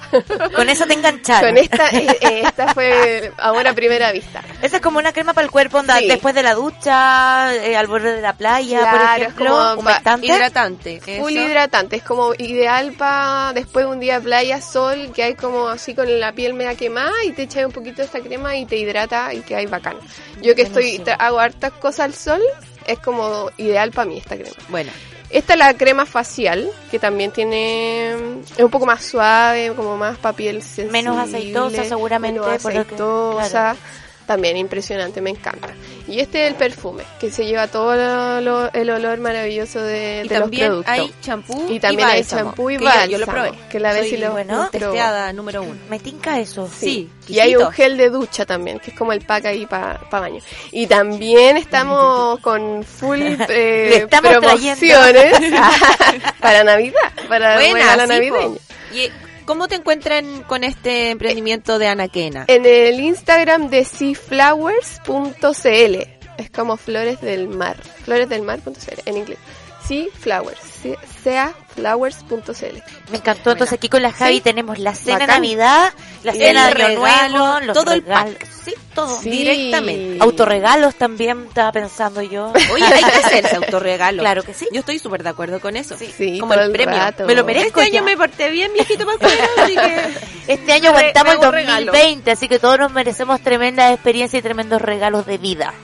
Speaker 2: Con eso te engancharon.
Speaker 4: Con esta, eh, eh, esta fue ahora a primera vista.
Speaker 2: Esa es como una crema para el cuerpo, onda,
Speaker 4: Sí.
Speaker 2: después de la ducha, eh, al borde de la playa, por
Speaker 4: Claro, es
Speaker 2: ejemplo,
Speaker 4: como pa-
Speaker 2: humectante.
Speaker 3: Hidratante.
Speaker 4: Full
Speaker 3: eso.
Speaker 4: hidratante, es como hi- ideal para después de un día de playa, sol, que hay como así con la piel media quemada y te echas un poquito de esta crema y te hidrata y que hay bacán. Yo que estoy tra- hago hartas cosas al sol, es como ideal para mí esta crema.
Speaker 5: Bueno,
Speaker 4: Esta es la crema facial, que también tiene. es un poco más suave, como más para piel sensible.
Speaker 2: Menos aceitosa, seguramente,
Speaker 4: Menos
Speaker 2: por lo que-
Speaker 4: aceitosa.
Speaker 2: claro.
Speaker 4: También impresionante, me encanta. Y este es el perfume, que se lleva todo lo- lo- el olor maravilloso de,
Speaker 3: Y
Speaker 4: de los
Speaker 3: también
Speaker 4: productos.
Speaker 3: hay champú
Speaker 4: y también hay
Speaker 3: bálsamo,
Speaker 4: champú y
Speaker 3: que ya-
Speaker 4: bálsamo.
Speaker 3: Yo lo probé.
Speaker 4: Que la vez
Speaker 3: Soy
Speaker 4: y lo
Speaker 2: bueno,
Speaker 4: lo probó.
Speaker 3: Testeada número uno.
Speaker 2: Me tinca eso.
Speaker 3: Sí,
Speaker 4: Y hay
Speaker 3: quijito.
Speaker 4: un gel de ducha también, que es como el pack ahí para baño. Y también estamos con full eh,
Speaker 2: Le estamos
Speaker 4: promociones para Navidad, para el
Speaker 3: Buena,
Speaker 4: regalo
Speaker 3: sí, po.
Speaker 4: navideño.
Speaker 3: ¿Y eh, cómo te encuentran con este emprendimiento de Anaquena?
Speaker 4: En el Instagram de seaflowers.cl, es como flores del mar, floresdelmar.cl en inglés. Seaflowers, se- seaflowers.cl.
Speaker 2: Me encantó. Entonces aquí con la Javi
Speaker 4: Sí.
Speaker 2: tenemos la cena de
Speaker 4: Bacán.
Speaker 2: Navidad, la
Speaker 3: El
Speaker 2: cena de Año
Speaker 3: regalo,
Speaker 2: Nuevo, los
Speaker 3: todo el
Speaker 2: regalos. Sí, todo.
Speaker 4: Sí.
Speaker 3: Directamente.
Speaker 2: Autorregalos también estaba pensando yo.
Speaker 3: Oye, hay que hacerse autorregalo.
Speaker 2: Claro que sí.
Speaker 3: Yo estoy súper de acuerdo con eso.
Speaker 4: Sí,
Speaker 3: Como
Speaker 4: todo
Speaker 3: el
Speaker 4: el
Speaker 3: premio.
Speaker 4: rato.
Speaker 2: Me lo merezco
Speaker 3: Este año
Speaker 2: ya.
Speaker 3: me porté bien, viejito pascuero, así que...
Speaker 2: Este año aguantamos el 2020, así que todos nos merecemos tremenda experiencia y tremendos regalos de vida.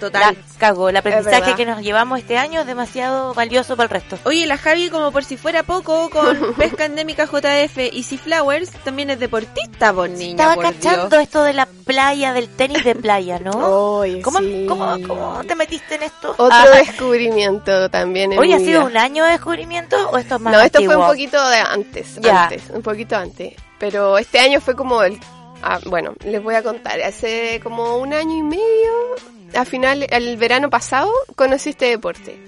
Speaker 3: Total.
Speaker 2: La cago. El aprendizaje
Speaker 4: verdad.
Speaker 2: que nos llevamos este año es demasiado valioso para el resto.
Speaker 3: Oye, la Javi, como por si fuera poco, con Pesca Endémica JF y Sea Flowers, también es deportista, por niña,
Speaker 2: Estaba
Speaker 3: por
Speaker 2: cachando
Speaker 3: Dios.
Speaker 2: esto de la playa, del tenis de playa, ¿no?
Speaker 4: Oye,
Speaker 2: ¿Cómo,
Speaker 4: sí.
Speaker 2: cómo, cómo te metiste en esto?
Speaker 4: Otro
Speaker 2: Ah,
Speaker 4: descubrimiento también. en
Speaker 2: ¿Oye, ha
Speaker 4: mi
Speaker 2: sido
Speaker 4: vida.
Speaker 2: un año de descubrimiento o esto es más
Speaker 4: No, esto fue
Speaker 2: antiguo?
Speaker 4: un poquito de antes,
Speaker 2: Ya.
Speaker 4: antes, un poquito antes. Pero este año fue como el, ah, bueno, les voy a contar. Hace como un año y medio, al final, el verano pasado, conocí este deporte.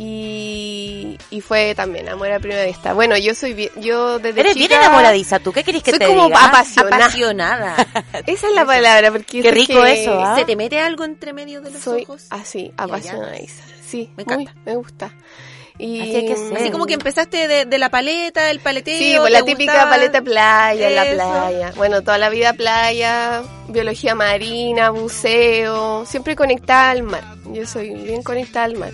Speaker 4: Y, y fue también amor a primera vista. Bueno, yo soy, bien- yo desde
Speaker 2: Eres
Speaker 4: chica,
Speaker 2: bien enamoradiza, ¿tú qué querés que
Speaker 4: soy
Speaker 2: te
Speaker 4: como
Speaker 2: diga?
Speaker 4: apasionada.
Speaker 3: Apasionada.
Speaker 4: Esa es la palabra, porque
Speaker 2: Qué
Speaker 4: sé
Speaker 2: rico
Speaker 4: que
Speaker 2: eso, ¿ah?
Speaker 3: ¿Se te mete algo entre medio de los
Speaker 4: Soy
Speaker 3: ojos?
Speaker 4: así,
Speaker 3: ya.
Speaker 4: apasionadiza. Sí,
Speaker 3: Me
Speaker 4: me
Speaker 3: encanta.
Speaker 4: encanta, me gusta. Y
Speaker 2: Así hay que ser.
Speaker 3: Así como que empezaste de, de la paleta, el paleteo.
Speaker 4: Mm. Sí, pues
Speaker 3: te
Speaker 4: la típica
Speaker 3: gustaba-
Speaker 4: paleta playa,
Speaker 3: Eso.
Speaker 4: la playa. Bueno, toda la vida playa, biología marina, buceo, siempre conectada al mar. Yo soy bien conectada al mar.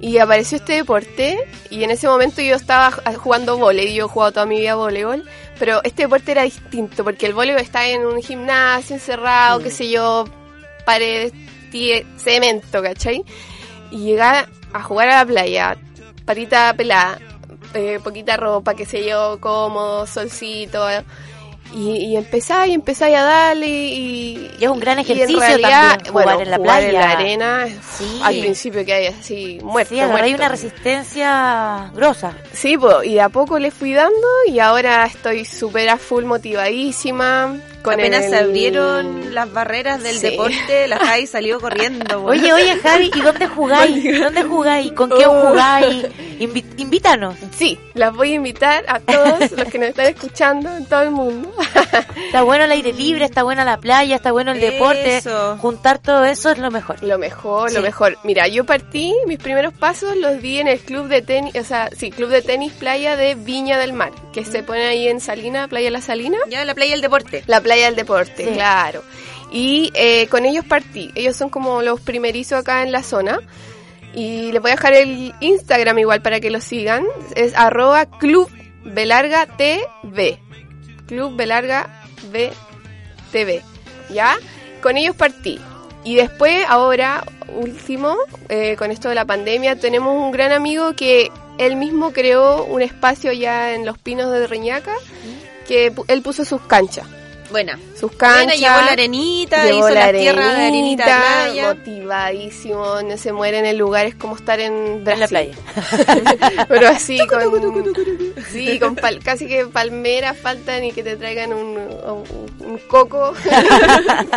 Speaker 4: Y apareció este deporte y en ese momento yo estaba ju- jugando volei, yo he jugado toda mi vida voleibol, pero este deporte era distinto porque el voleibol está en un gimnasio encerrado, qué sé yo, paredes, tie- cemento, ¿cachai? Y llegar a jugar a la playa, patita pelada, eh, poquita ropa, qué sé yo, cómodo, solcito. eh, Y, y empezá y empezá a darle y,
Speaker 2: Y es un gran
Speaker 4: y en
Speaker 2: ejercicio también, jugar
Speaker 4: bueno,
Speaker 2: en la
Speaker 4: jugar en
Speaker 2: playa.
Speaker 4: la arena,
Speaker 2: Sí.
Speaker 4: al principio que hay así, muerto,
Speaker 2: Sí, ahora hay
Speaker 4: muerto.
Speaker 2: una resistencia grosa.
Speaker 4: Sí, po, y de a poco le fui dando y ahora estoy súper a full motivadísima. Con
Speaker 3: Apenas
Speaker 4: el-
Speaker 3: se abrieron las barreras del
Speaker 4: Sí.
Speaker 3: deporte, la Javi salió corriendo. güey.
Speaker 2: Oye, oye, Javi, ¿y dónde jugáis? ¿Dónde jugáis? ¿Con quién
Speaker 4: Oh.
Speaker 2: jugáis? Invi- invítanos.
Speaker 4: Sí, las voy a invitar a todos los que nos están escuchando en todo el mundo.
Speaker 2: Está bueno el aire libre, está buena la playa, está bueno el deporte.
Speaker 3: Eso.
Speaker 2: Juntar todo eso es lo mejor.
Speaker 4: Lo mejor,
Speaker 2: Sí.
Speaker 4: lo mejor. Mira, yo partí, mis primeros pasos los di en el club de tenis, o sea, sí, club de tenis playa de Viña del Mar, que se pone ahí en Salina, Playa La Salina.
Speaker 3: Ya la playa del deporte.
Speaker 4: La playa del deporte,
Speaker 2: Sí.
Speaker 4: claro. Y eh, con ellos partí. Ellos son como los primerizos acá en la zona. Y les voy a dejar el Instagram igual para que lo sigan. Es arroba club belarga tv. Club belarga B TV. ¿Ya? Con ellos partí. Y después, ahora, último, eh, con esto de la pandemia, tenemos un gran amigo que él mismo creó un espacio ya en Los Pinos de Reñaca, que pu- él puso sus canchas
Speaker 3: Buena.
Speaker 4: sus
Speaker 3: Buena,
Speaker 4: canchas.
Speaker 3: llevó la arenita,
Speaker 4: llevó
Speaker 3: hizo
Speaker 4: la
Speaker 3: la tierra de arenita de playa.
Speaker 4: Motivadísimo, no se mueren en el lugar, es como estar en
Speaker 2: En
Speaker 4: Brasil.
Speaker 2: la playa.
Speaker 4: Pero así, con, sí, con pal- casi que palmeras faltan y que te traigan un, un- un coco.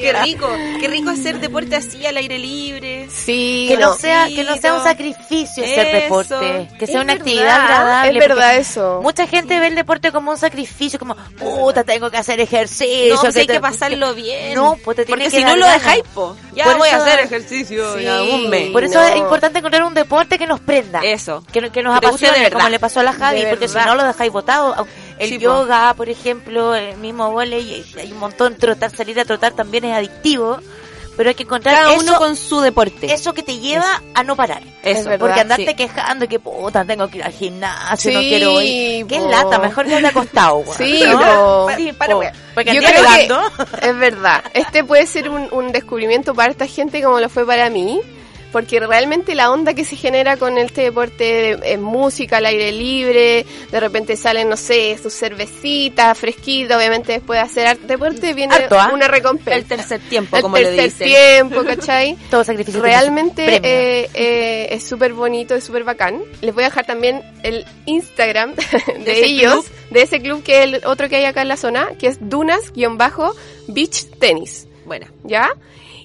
Speaker 3: Qué rico, qué rico hacer deporte así al aire libre.
Speaker 4: Sí,
Speaker 2: Que no,
Speaker 4: no,
Speaker 2: sea, que no sea un sacrificio hacer
Speaker 3: Eso.
Speaker 2: deporte, que sea
Speaker 3: Es
Speaker 2: una
Speaker 3: verdad,
Speaker 2: actividad agradable.
Speaker 4: es verdad
Speaker 2: porque
Speaker 4: eso.
Speaker 2: Mucha gente ve el deporte como un sacrificio, como, puta, tengo que hacer ejercicio.
Speaker 3: No, pues hay
Speaker 2: te-
Speaker 3: que pasarlo bien.
Speaker 2: No, pues te tiene
Speaker 3: Porque
Speaker 2: que
Speaker 3: si no
Speaker 2: dar
Speaker 3: lo
Speaker 2: ganas.
Speaker 3: dejáis, po. Ya
Speaker 2: Por
Speaker 3: voy a
Speaker 2: eso-
Speaker 3: hacer ejercicio
Speaker 4: Sí.
Speaker 3: en algún mes.
Speaker 2: Por eso
Speaker 4: No.
Speaker 2: es importante encontrar un deporte que nos prenda.
Speaker 3: Eso.
Speaker 2: Que, no- que nos
Speaker 3: Que te guste de
Speaker 2: apasione,
Speaker 3: verdad.
Speaker 2: como le pasó a la Javi,
Speaker 4: De
Speaker 2: porque si
Speaker 4: verdad.
Speaker 2: no lo dejáis botado. au- El
Speaker 3: Sí, po.
Speaker 2: yoga, por ejemplo, el mismo volei, hay un montón, trotar, salir a trotar también es adictivo. Pero hay que encontrar
Speaker 3: Cada
Speaker 2: eso,
Speaker 3: uno con su deporte.
Speaker 2: eso que te lleva a no parar.
Speaker 4: Es verdad,
Speaker 2: Porque andarte
Speaker 3: sí.
Speaker 2: quejando que puta, tengo que ir al gimnasio, no
Speaker 4: Sí,
Speaker 2: quiero ir. Qué
Speaker 4: po.
Speaker 2: lata, mejor que ande acostado, weón.
Speaker 4: Sí,
Speaker 2: ¿no?
Speaker 4: po,
Speaker 2: Sí, para,
Speaker 4: po.
Speaker 2: weón. Porque
Speaker 4: Yo
Speaker 2: andar
Speaker 4: creo que-
Speaker 2: hablando-
Speaker 4: Es verdad. Este puede ser un, un descubrimiento para esta gente como lo fue para mí. Porque realmente la onda que se genera con este deporte es música al aire libre, de repente salen, no sé, sus cervecitas fresquitas, obviamente después de hacer arte- deporte viene
Speaker 2: Harto, ¿ah?
Speaker 4: una recompensa.
Speaker 3: El tercer tiempo,
Speaker 4: El
Speaker 3: como le
Speaker 4: tercer
Speaker 3: dicen.
Speaker 4: tiempo, ¿cachai?
Speaker 2: Todo sacrificio. tiene su
Speaker 4: Realmente
Speaker 2: premio.
Speaker 4: eh, eh, es súper bonito, es súper bacán. Les voy a dejar también el Instagram de,
Speaker 3: ese
Speaker 4: ellos, de ese club que es el otro que hay acá en la zona, que es Dunas-Beach Tennis,
Speaker 3: Bueno,
Speaker 4: ¿ya?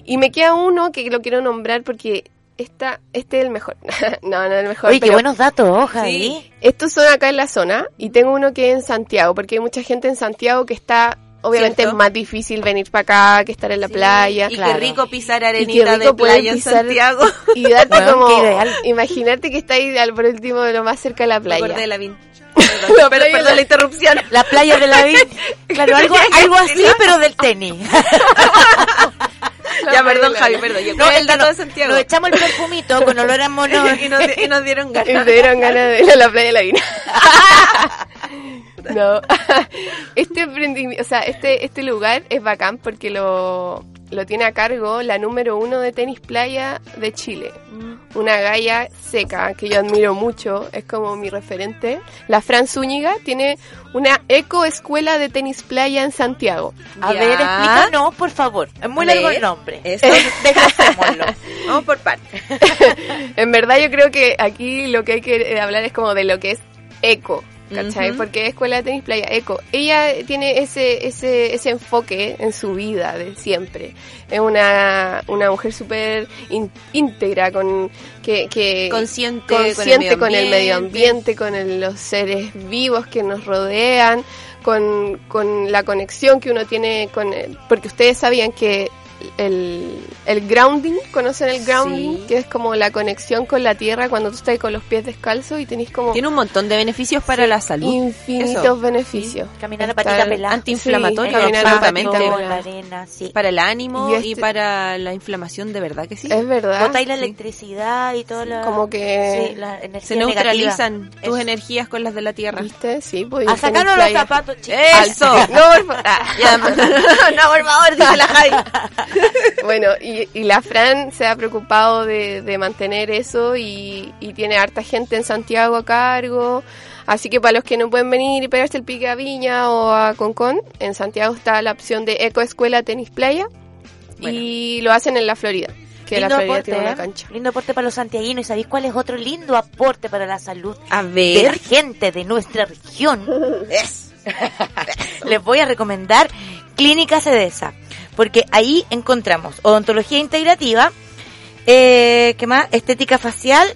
Speaker 4: Y me queda uno que lo quiero nombrar porque esta, este es el mejor. no, no es el mejor.
Speaker 2: Oye, qué
Speaker 4: pero
Speaker 2: buenos datos, oja ahí.
Speaker 4: Estos son acá en la zona y tengo uno que es en Santiago, porque hay mucha gente en Santiago que está... Obviamente
Speaker 3: Cierto.
Speaker 4: es más difícil venir para acá que estar en la playa.
Speaker 3: y
Speaker 2: claro.
Speaker 3: qué rico pisar
Speaker 4: Y qué
Speaker 3: arenita
Speaker 4: rico
Speaker 3: de
Speaker 4: poder
Speaker 3: playa en
Speaker 4: pisar-
Speaker 3: Santiago.
Speaker 4: y darte
Speaker 2: Weón,
Speaker 4: como
Speaker 2: qué ideal.
Speaker 4: imaginarte que estáis al por último de lo más cerca de la
Speaker 3: Me
Speaker 4: playa
Speaker 3: acordé de la vin- Perdón,
Speaker 4: La
Speaker 3: per-
Speaker 4: playa
Speaker 3: perdón
Speaker 4: la-
Speaker 3: la interrupción.
Speaker 2: La playa de la vida. Claro, algo, algo así, pero del tenis.
Speaker 3: Ya, perdón, Javi, perdón. Yo creo el dato de Santiago.
Speaker 2: Nos echamos el perfumito con olor a mono.
Speaker 3: Y nos, y nos dieron
Speaker 4: y
Speaker 3: ganas.
Speaker 4: te dieron ganas de ir a la playa de la Guina no este emprendimiento o sea este este lugar es bacán porque lo lo tiene a cargo la número uno de tenis playa de Chile
Speaker 3: Mm,
Speaker 4: una galla seca que yo admiro mucho es como mi referente la Fran Zúñiga tiene una eco escuela de tenis playa en Santiago
Speaker 2: A
Speaker 3: Ya.
Speaker 2: ver, explícanos, por favor. Es muy largo el nombre.
Speaker 3: Eso.
Speaker 4: Eh.
Speaker 2: Desglosémoslo.
Speaker 3: Vamos por partes.
Speaker 4: En verdad yo creo que aquí lo que hay que eh, hablar es como de lo que es eco, ¿cachai?
Speaker 3: Ujú.
Speaker 4: Porque escuela de tenis playa, eco. Ella tiene ese, ese, ese enfoque en su vida de siempre. Es una, una mujer súper in- íntegra con que, que
Speaker 3: Consciente,
Speaker 4: consciente con el medio
Speaker 3: ambiente.
Speaker 4: ambiente, con el- los seres vivos que nos rodean, con, con la conexión que uno tiene con... el- Porque ustedes sabían que el, el grounding, ¿conocen el grounding?
Speaker 3: Sí.
Speaker 4: Que es como la conexión con la tierra cuando tú estás con los pies descalzos y tenés como
Speaker 3: Tiene un montón de beneficios para la salud.
Speaker 4: infinitos
Speaker 3: Eso.
Speaker 4: beneficios.
Speaker 2: Caminar a
Speaker 4: Estar-
Speaker 2: patita pelada.
Speaker 3: antiinflamatorio,
Speaker 4: Sí, caminar a
Speaker 3: absolutamente.
Speaker 4: patita
Speaker 2: Pasto,
Speaker 4: pelada.
Speaker 2: la arena, sí.
Speaker 3: Para el ánimo
Speaker 4: Y
Speaker 3: y,
Speaker 4: este-
Speaker 3: para la inflamación, de verdad que sí.
Speaker 4: Es verdad.
Speaker 2: Botáis la electricidad y todo lo...
Speaker 4: Como que...
Speaker 2: Sí, la energía
Speaker 3: Se neutralizan
Speaker 2: negativa.
Speaker 3: tus
Speaker 2: Eso.
Speaker 3: energías con las de la tierra.
Speaker 4: ¿Viste? Sí, pues,
Speaker 3: Ah,
Speaker 2: A
Speaker 4: y tenis
Speaker 2: sacarnos los
Speaker 4: playa.
Speaker 2: zapatos, chicos.
Speaker 4: Al-
Speaker 3: ¡Eso!
Speaker 4: No, por favor. Ah.
Speaker 3: Ya, no, por favor, dice la Javi.
Speaker 4: Bueno, y, y la Fran se ha preocupado de, de mantener eso y, y tiene harta gente en Santiago a cargo. Así que para los que no pueden venir y pegarse el pique a Viña o a Concón, en Santiago está la opción de Eco Escuela Tenis Playa y lo hacen en la Florida, que la
Speaker 2: Lindo
Speaker 4: Florida
Speaker 2: aporte,
Speaker 4: tiene una
Speaker 2: ¿eh?
Speaker 4: cancha.
Speaker 2: Lindo aporte para los santiaguinos. ¿Y sabéis cuál es otro lindo aporte para la salud
Speaker 3: A
Speaker 2: de la
Speaker 3: ver.
Speaker 2: gente de nuestra región?
Speaker 3: Es.
Speaker 2: les voy a recomendar Clínica Cedesa, porque ahí encontramos odontología integrativa, eh, ¿qué más? Estética facial,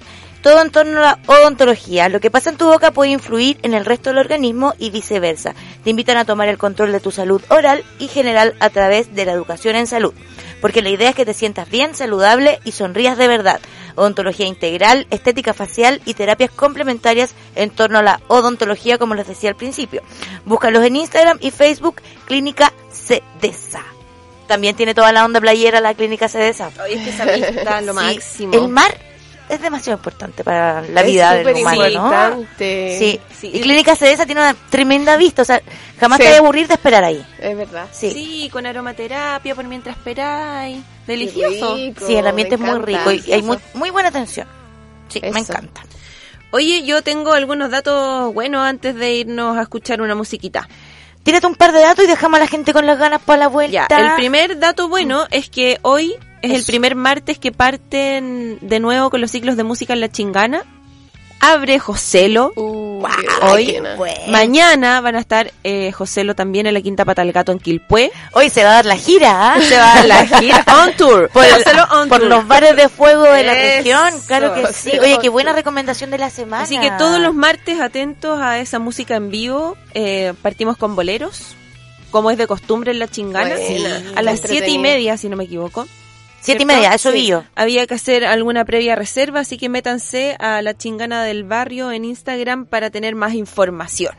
Speaker 2: todo en torno a la odontología. Lo que pasa en tu boca puede influir en el resto del organismo y viceversa. Te invitan a tomar el control de tu salud oral y general a través de la educación en salud. Porque la idea es que te sientas bien, saludable y sonrías de verdad. Odontología integral, estética facial y terapias complementarias en torno a la odontología, como les decía al principio. Búscalos en Instagram y Facebook, Clínica Cedesa. También tiene toda la onda playera la Clínica Cedesa.
Speaker 3: Oye, es que esa vista lo
Speaker 2: Sí,
Speaker 3: máximo.
Speaker 2: El mar es demasiado importante para la vida
Speaker 4: es
Speaker 2: del
Speaker 4: súper
Speaker 2: humano, ¿no?
Speaker 4: importante.
Speaker 2: Sí.
Speaker 3: Sí.
Speaker 2: Y Clínica Cedesa tiene una tremenda vista, o sea, jamás
Speaker 4: Sí.
Speaker 2: te voy a aburrir de esperar ahí.
Speaker 4: Es verdad.
Speaker 2: Sí.
Speaker 3: Sí. con aromaterapia por mientras esperáis.
Speaker 4: Qué
Speaker 3: Delicioso.
Speaker 4: rico,
Speaker 2: Sí, el ambiente es
Speaker 4: me
Speaker 2: muy
Speaker 4: encanta.
Speaker 2: rico y hay muy, muy buena atención. Sí,
Speaker 4: Eso.
Speaker 2: me encanta.
Speaker 3: Oye, yo tengo algunos datos buenos antes de irnos a escuchar una musiquita.
Speaker 2: Tírate un par de datos y dejamos a la gente con las ganas para la
Speaker 3: Ya,
Speaker 2: vuelta.
Speaker 3: el primer dato bueno
Speaker 2: Mm.
Speaker 3: es que hoy es el
Speaker 2: Eso.
Speaker 3: primer martes que parten de nuevo con los ciclos de música en la chingana. Abre Joselo.
Speaker 4: Uh, qué
Speaker 3: Hoy,
Speaker 4: buena.
Speaker 2: Bueno.
Speaker 3: Mañana van a estar eh, Joselo también en la Quinta Pata del Gato en Quilpué.
Speaker 2: Hoy se va a dar la gira, ¿ah? Se va a dar la gira.
Speaker 3: On tour.
Speaker 2: Por, el-
Speaker 3: Joselo on
Speaker 2: por
Speaker 3: tour.
Speaker 2: los bares de fuego de la
Speaker 3: Eso.
Speaker 2: región, claro que sí.
Speaker 4: Sí,
Speaker 2: Oye,
Speaker 4: oye.
Speaker 2: qué buena recomendación de la semana.
Speaker 3: Así que todos los martes atentos a esa música en vivo. eh, partimos con boleros, como es de costumbre en la chingana.
Speaker 4: Buena.
Speaker 3: A las siete y
Speaker 4: Entretenido.
Speaker 3: media, si no me equivoco.
Speaker 2: Siete y
Speaker 3: ¿cierto?
Speaker 2: media, eso vi
Speaker 3: Sí.
Speaker 2: yo.
Speaker 3: Había que hacer alguna previa reserva, así que métanse a la chingana del barrio en Instagram para tener más información.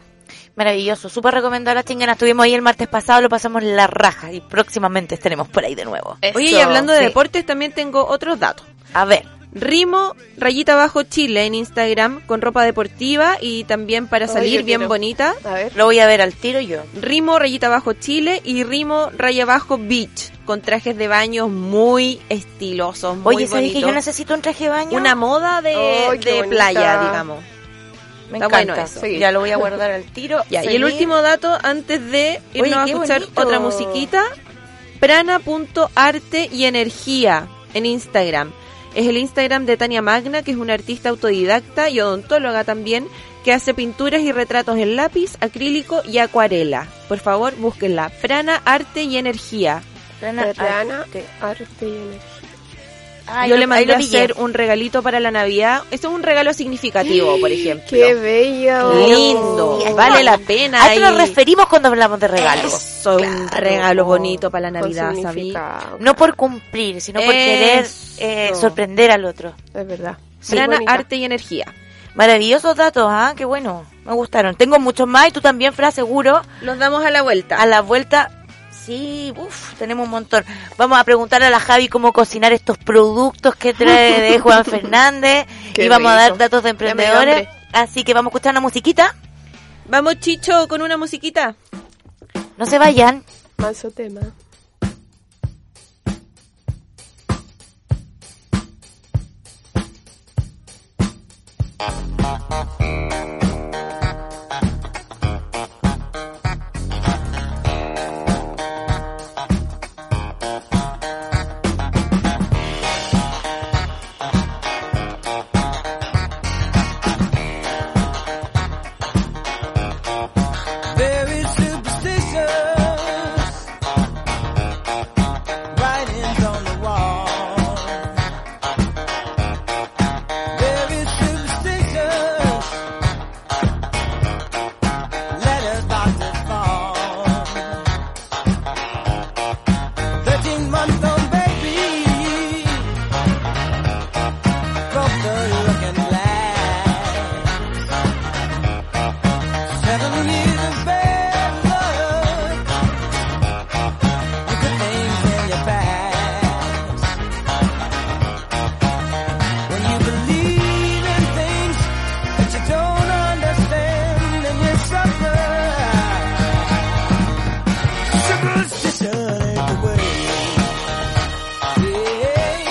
Speaker 2: Maravilloso, súper recomendado las chinganas. Estuvimos ahí el martes pasado, lo pasamos la raja y próximamente estaremos por ahí de nuevo.
Speaker 3: Oye, y hablando de
Speaker 2: sí.
Speaker 3: deportes, también tengo otros datos.
Speaker 2: A ver,
Speaker 3: Rimo, rayita abajo Chile en Instagram, con ropa deportiva y también para
Speaker 4: Oye,
Speaker 3: salir
Speaker 4: yo
Speaker 3: bien
Speaker 4: quiero.
Speaker 3: bonita.
Speaker 4: A ver.
Speaker 2: lo voy a ver al tiro yo.
Speaker 3: Rimo, rayita abajo Chile y Rimo, raya abajo Beach, con trajes de baño muy estilosos, muy
Speaker 2: Oye, ¿sabes que
Speaker 3: bonitos.
Speaker 2: yo necesito un traje de baño?
Speaker 3: Una moda de,
Speaker 4: Oh, qué
Speaker 3: de
Speaker 4: bonita.
Speaker 3: playa, digamos.
Speaker 2: Me
Speaker 3: Está
Speaker 2: encanta.
Speaker 3: bueno eso.
Speaker 4: Sí.
Speaker 2: Ya lo voy a guardar al tiro.
Speaker 3: Ya, y
Speaker 2: Seguir.
Speaker 3: el último dato, antes de irnos
Speaker 2: Oye,
Speaker 3: a
Speaker 2: qué
Speaker 3: escuchar
Speaker 2: bonito.
Speaker 3: otra musiquita, prana.arte y energía en Instagram. Es el Instagram de Tania Magna, que es una artista autodidacta y odontóloga también, que hace pinturas y retratos en lápiz, acrílico y acuarela. Por favor, búsquenla. Prana, arte y energía.
Speaker 2: Plana
Speaker 4: Perrana,
Speaker 2: arte.
Speaker 4: arte y energía.
Speaker 2: Ah,
Speaker 3: Yo le
Speaker 2: ahí
Speaker 3: mandé
Speaker 2: lo
Speaker 3: a
Speaker 2: pillé.
Speaker 3: hacer un regalito para la Navidad. Esto es un regalo significativo, por ejemplo.
Speaker 4: ¡Qué bello!
Speaker 3: Lindo,
Speaker 2: Sí,
Speaker 3: vale la
Speaker 2: ahí-
Speaker 3: pena.
Speaker 2: A esto
Speaker 3: ahí.
Speaker 2: nos referimos cuando hablamos de regalos.
Speaker 3: Eso, un
Speaker 2: Claro.
Speaker 3: regalo bonito para la
Speaker 4: Con
Speaker 3: Navidad, ¿sabí?
Speaker 4: significado.
Speaker 2: No por cumplir, sino por querer eh,
Speaker 3: Eso.
Speaker 2: sorprender al otro.
Speaker 4: Es verdad.
Speaker 3: Sí,
Speaker 4: Muy
Speaker 3: Plana,
Speaker 4: bonita.
Speaker 3: arte y energía.
Speaker 2: Maravillosos datos, ¿ah? Qué bueno. Me gustaron. Tengo muchos más y tú también, Fra, seguro.
Speaker 3: Los damos a la vuelta.
Speaker 2: A la vuelta, sí, uff, tenemos un montón. Vamos a preguntar a la Javi cómo cocinar estos productos que trae de Juan Fernández.
Speaker 4: Qué
Speaker 2: y vamos a dar
Speaker 4: rico.
Speaker 2: datos de
Speaker 4: dio
Speaker 2: emprendedores.
Speaker 4: hambre.
Speaker 2: Así que vamos a escuchar una musiquita.
Speaker 3: Vamos, Chicho, con una musiquita.
Speaker 2: No se vayan.
Speaker 4: Manso tema.
Speaker 6: very superstitious. Writings on the wall. Very superstitious. Letters about to fall. Thirteen month old baby. Broke the looking glass. Seven years of bad luck. You could name in your past. When you believe in things that you don't understand and you suffer. Superstition is the way. Yeah.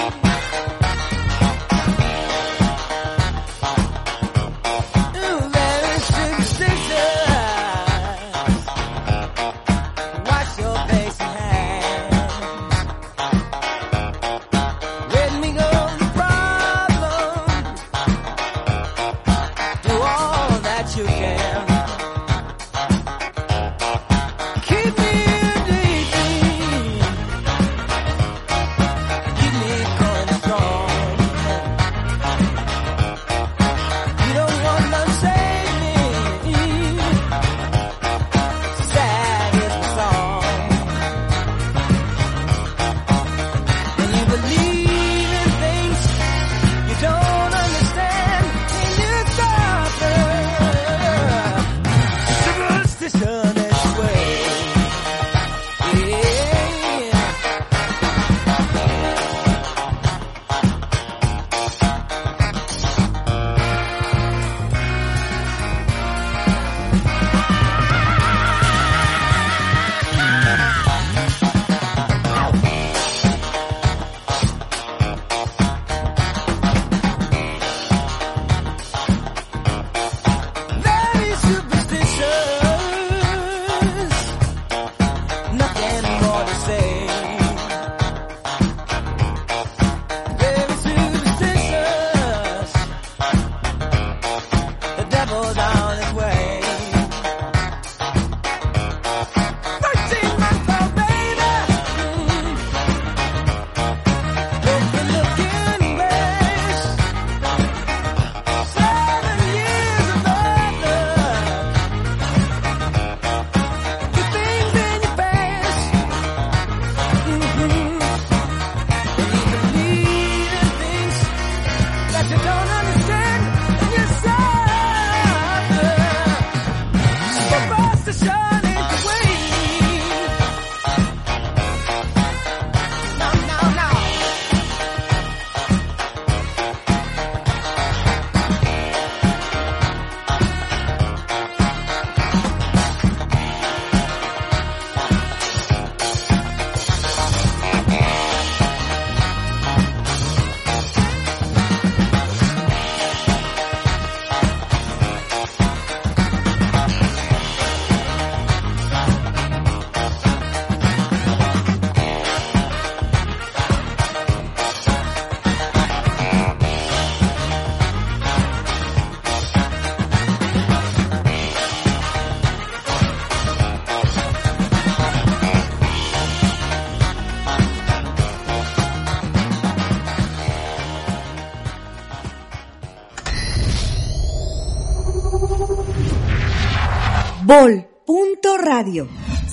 Speaker 7: Bol.radio.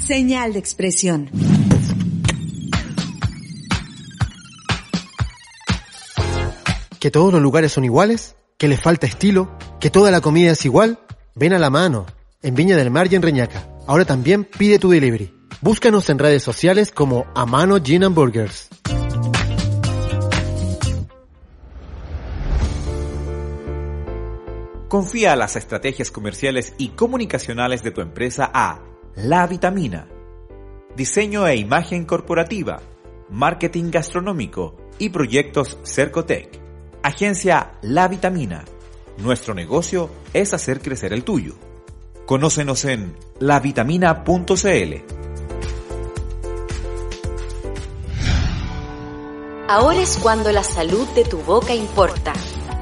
Speaker 7: Señal de expresión.
Speaker 8: ¿Que todos los lugares son iguales? ¿Que les falta estilo? ¿Que toda la comida es igual? Ven a la mano, en Viña del Mar y en Reñaca. Ahora también pide tu delivery. Búscanos en redes sociales como Amano Gin and Burgers.
Speaker 9: Confía las estrategias comerciales y comunicacionales de tu empresa a La Vitamina. Diseño e imagen corporativa, marketing gastronómico y proyectos Cercotec. Agencia La Vitamina. Nuestro negocio es hacer crecer el tuyo. Conócenos en lavitamina.cl.
Speaker 10: Ahora es cuando la salud de tu boca importa.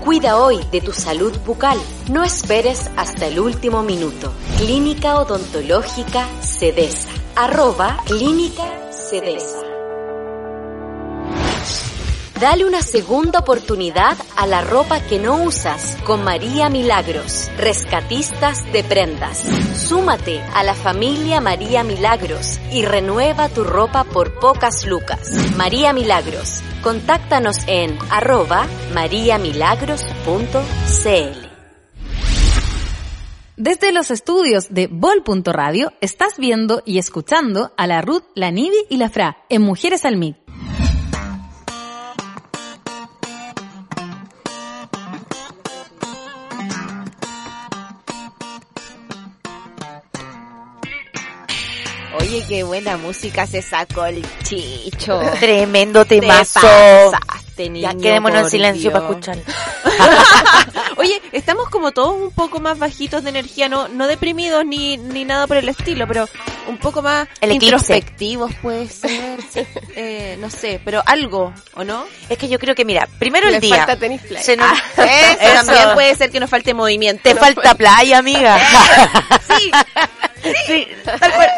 Speaker 10: Cuida hoy de tu salud bucal. No esperes hasta el último minuto. Clínica Odontológica Cedesa. Arroba Clínica Cedesa. Dale una segunda oportunidad a la ropa que no usas con María Milagros, rescatistas de prendas. Súmate a la familia María Milagros y renueva tu ropa por pocas lucas. María Milagros, contáctanos en arroba mariamilagros.cl.
Speaker 1: Desde los estudios de Bol.radio estás viendo y escuchando a la Ruth, la Nivi y la Fra en Mujeres al Mic.
Speaker 3: Oye, qué buena música se sacó el
Speaker 4: Oh.
Speaker 3: chicho.
Speaker 2: Tremendo
Speaker 3: Te
Speaker 2: temazo.
Speaker 3: pasaste, niño,
Speaker 2: Ya quedémonos en
Speaker 3: por
Speaker 2: silencio
Speaker 3: Dios.
Speaker 2: para escucharlo.
Speaker 3: Oye, estamos como todos un poco más bajitos de energía, no, no deprimidos ni, ni nada por el estilo, pero un poco más
Speaker 2: El eclipse.
Speaker 3: introspectivos puede ser. Eh, no sé, pero algo, ¿o no?
Speaker 2: Es que yo creo que, mira, primero el
Speaker 4: Le
Speaker 2: día.
Speaker 4: falta tenis play. Ah.
Speaker 2: se nos-
Speaker 3: Eso,
Speaker 2: Eso.
Speaker 3: también puede ser que nos falte movimiento.
Speaker 2: Te falta playa, amiga.
Speaker 3: Sí,
Speaker 2: Sí, tal cual.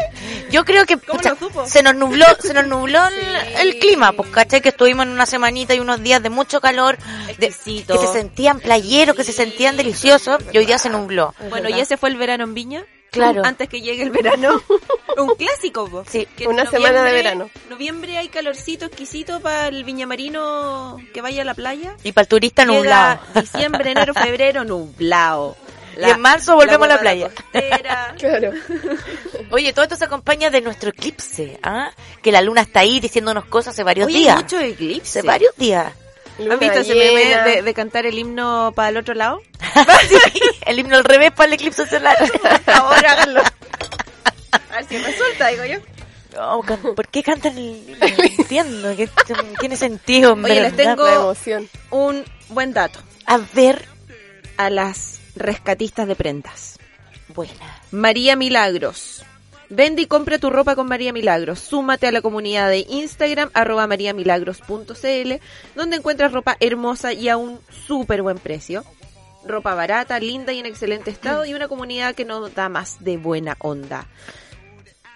Speaker 2: Yo creo que pucha,
Speaker 3: lo supo?
Speaker 2: se nos nubló, se nos nubló el, el clima, pues caché que estuvimos en una semanita y unos días de mucho calor, de-
Speaker 3: Exquisito.
Speaker 2: que se sentían playeros, que se sentían deliciosos, y hoy día se nubló.
Speaker 3: Bueno, y ese fue el verano en Viña.
Speaker 2: Claro.
Speaker 3: Antes que llegue el verano. Un clásico, po.
Speaker 2: Sí,
Speaker 3: Que en
Speaker 4: una
Speaker 3: noviembre-
Speaker 4: semana de verano.
Speaker 3: Noviembre hay calorcito exquisito para el viñamarino que vaya a la playa.
Speaker 2: Y para el turista
Speaker 3: Llega
Speaker 2: nublado.
Speaker 3: Diciembre, enero, febrero, nublado.
Speaker 2: Y en marzo volvemos a la playa.
Speaker 3: costera.
Speaker 4: Claro.
Speaker 2: Oye, todo esto se acompaña de nuestro eclipse, ¿ah? Que la luna está ahí diciéndonos cosas hace varios
Speaker 3: Oye,
Speaker 2: días.
Speaker 3: mucho eclipse.
Speaker 2: Hace varios días.
Speaker 3: ¿Han visto ese
Speaker 4: Luna
Speaker 3: meme
Speaker 4: llena.
Speaker 3: de, de cantar el himno para el otro lado?
Speaker 2: El himno al revés para el eclipse solar.
Speaker 3: Ahora háganlo. A ver si resulta, digo yo.
Speaker 2: No, can- ¿Por qué cantan el himno? No entiendo, que esto no tiene sentido. en
Speaker 3: Oye, les
Speaker 2: verdad.
Speaker 3: tengo-
Speaker 4: La emoción.
Speaker 3: Un buen dato.
Speaker 2: A ver,
Speaker 3: A las rescatistas de prendas.
Speaker 2: buena.
Speaker 3: María Milagros. Vende y compra tu ropa con María Milagros. Súmate a la comunidad de Instagram, arroba mariamilagros.cl, donde encuentras ropa hermosa y a un súper buen precio. Ropa barata, linda y en excelente estado, y una comunidad que nos da más de buena onda.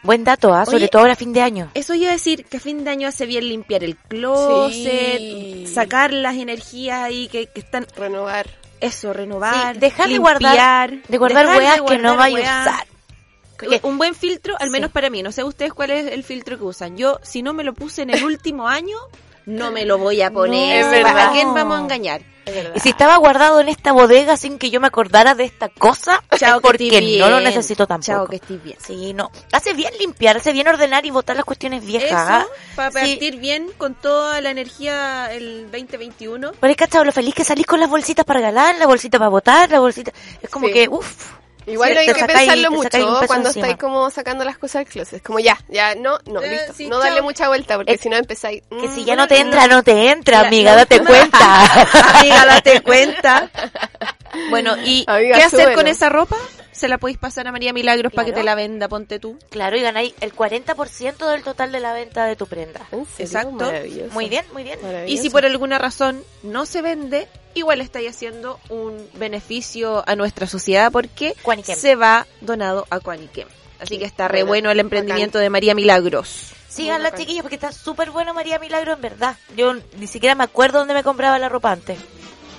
Speaker 2: Buen dato, ¿ah? sobre
Speaker 3: Oye.
Speaker 2: todo ahora fin de año.
Speaker 3: Eso iba a decir que a fin de año hace bien limpiar el closet,
Speaker 4: Sí.
Speaker 3: sacar las energías ahí que, que están,
Speaker 4: Renovar.
Speaker 3: eso, renovar,
Speaker 2: Sí, dejar de
Speaker 3: limpiar,
Speaker 2: guardar- de guardar
Speaker 3: dejar de
Speaker 2: weas que no vaya a
Speaker 3: weas.
Speaker 2: usar.
Speaker 3: Que- Eh, Un buen filtro, al menos para mí. No sé ustedes cuál es el filtro que usan. Yo, si no me lo puse en el último año, no me lo voy a poner.
Speaker 4: No. Es
Speaker 3: ¿Para
Speaker 4: verdad.
Speaker 3: quién vamos a engañar?
Speaker 2: Y si estaba guardado en esta bodega sin que yo me acordara de esta cosa,
Speaker 3: Chao,
Speaker 2: es porque
Speaker 3: que estés
Speaker 2: no lo
Speaker 3: bien.
Speaker 2: necesito tampoco.
Speaker 3: Chao, que estés bien.
Speaker 2: Sí, no. Hace bien limpiar, hace bien ordenar y botar las cuestiones viejas. ¿ah?
Speaker 3: Eso, para
Speaker 2: Sí.
Speaker 3: partir bien con toda la energía el 2021.
Speaker 2: Pero es que hasta lo feliz que salís con las bolsitas para regalar, la bolsita para botar, la bolsita... Es como
Speaker 4: Sí.
Speaker 2: que, uff.
Speaker 4: Igual
Speaker 2: Sí,
Speaker 4: no hay
Speaker 2: te
Speaker 4: que
Speaker 2: sacáis-
Speaker 4: pensarlo
Speaker 2: te sacáis un
Speaker 4: mucho
Speaker 2: peso
Speaker 4: cuando
Speaker 2: encima.
Speaker 4: estáis como sacando las cosas del closet. Como ya, ya, no, no,
Speaker 3: Eh,
Speaker 4: listo.
Speaker 3: sí,
Speaker 4: no darle
Speaker 3: chao.
Speaker 4: mucha vuelta porque
Speaker 2: Es-
Speaker 4: si no empezáis.
Speaker 2: Que
Speaker 4: mm,
Speaker 2: si ya
Speaker 4: no,
Speaker 2: no te
Speaker 4: no,
Speaker 2: entra, no te entra,
Speaker 3: La-
Speaker 2: amiga,
Speaker 3: la
Speaker 2: date
Speaker 3: última-
Speaker 2: cuenta.
Speaker 3: Amiga, date cuenta. Bueno, ¿y
Speaker 4: Amiga,
Speaker 3: qué hacer
Speaker 4: súbelo.
Speaker 3: con esa ropa? Se la podéis pasar a María Milagros para que
Speaker 2: Claro.
Speaker 3: te la venda, ponte tú.
Speaker 2: claro, y ganáis el 40% del total de la venta de tu prenda.
Speaker 4: ¿En serio?
Speaker 3: Exacto.
Speaker 4: Maravilloso.
Speaker 2: Muy bien, muy bien.
Speaker 4: Maravilloso.
Speaker 3: Y si por alguna razón no se vende, igual estáis haciendo un beneficio a nuestra sociedad porque
Speaker 2: Cuaniquem.
Speaker 3: se va donado a Cuaniquem. Así que está re bueno el emprendimiento de María Milagros.
Speaker 2: Sigan las chiquillas porque está súper bueno María Milagro, en verdad. Yo ni siquiera me acuerdo dónde me compraba la ropa antes.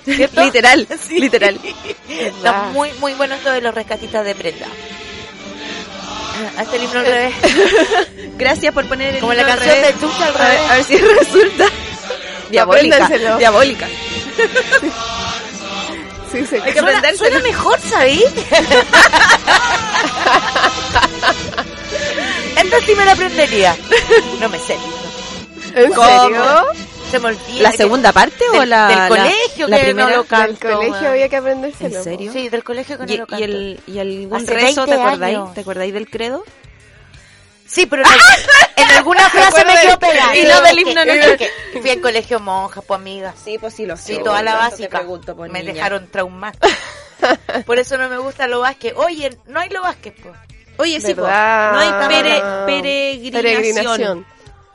Speaker 2: ¿Cierto?
Speaker 3: Literal, literal.
Speaker 2: Está muy, muy bueno esto de los rescatistas de prenda. Hasta el himno Este al revés.
Speaker 3: Gracias por poner el
Speaker 2: Como la
Speaker 3: himno Ah, al
Speaker 2: canción de
Speaker 3: revés.
Speaker 2: Chucha al
Speaker 3: A ver, a
Speaker 2: revés.
Speaker 3: ver si resulta. Diabólica.
Speaker 4: Apréndanselo.
Speaker 3: Diabólica.
Speaker 4: Sí, se
Speaker 3: Hay que
Speaker 2: Suena,
Speaker 3: aprenderse.
Speaker 2: suena mejor, ¿sabéis? Esta sí me la aprendería. No me sé. no.
Speaker 4: ¿En
Speaker 3: ¿Cómo?
Speaker 4: serio?
Speaker 2: Se me olvida.
Speaker 3: ¿La
Speaker 2: que-
Speaker 3: segunda parte o
Speaker 2: del-
Speaker 3: la.
Speaker 2: del
Speaker 3: la-
Speaker 2: colegio
Speaker 3: la
Speaker 2: que
Speaker 3: primera?
Speaker 2: no lo
Speaker 4: Al
Speaker 2: Canto,
Speaker 4: colegio
Speaker 2: weón.
Speaker 4: había que aprendérselo.
Speaker 3: ¿En serio?
Speaker 2: Sí, del colegio que no
Speaker 3: Y,
Speaker 2: lo
Speaker 3: y
Speaker 2: canto.
Speaker 3: el, y algún
Speaker 2: Hace
Speaker 3: rezo, ¿te
Speaker 2: 20
Speaker 3: acordáis?
Speaker 2: años.
Speaker 3: ¿Te acordáis del credo?
Speaker 2: Sí, pero en, en alguna frase
Speaker 4: acuerdo
Speaker 2: me quedó
Speaker 4: del-
Speaker 2: pegada.
Speaker 3: y no
Speaker 2: Es
Speaker 3: del
Speaker 2: que-
Speaker 3: himno, no.
Speaker 2: es que Fui al colegio monja, pues amiga.
Speaker 3: Sí, pues sí, lo
Speaker 2: Sí, toda la básica. me dejaron traumar. Por eso no me gusta lo Vázquez. Oye, no hay lo Vázquez, pues.
Speaker 3: Oye, sí, po. no
Speaker 4: ¿Verdad?
Speaker 3: hay pere- peregrinación.
Speaker 4: Peregrinación.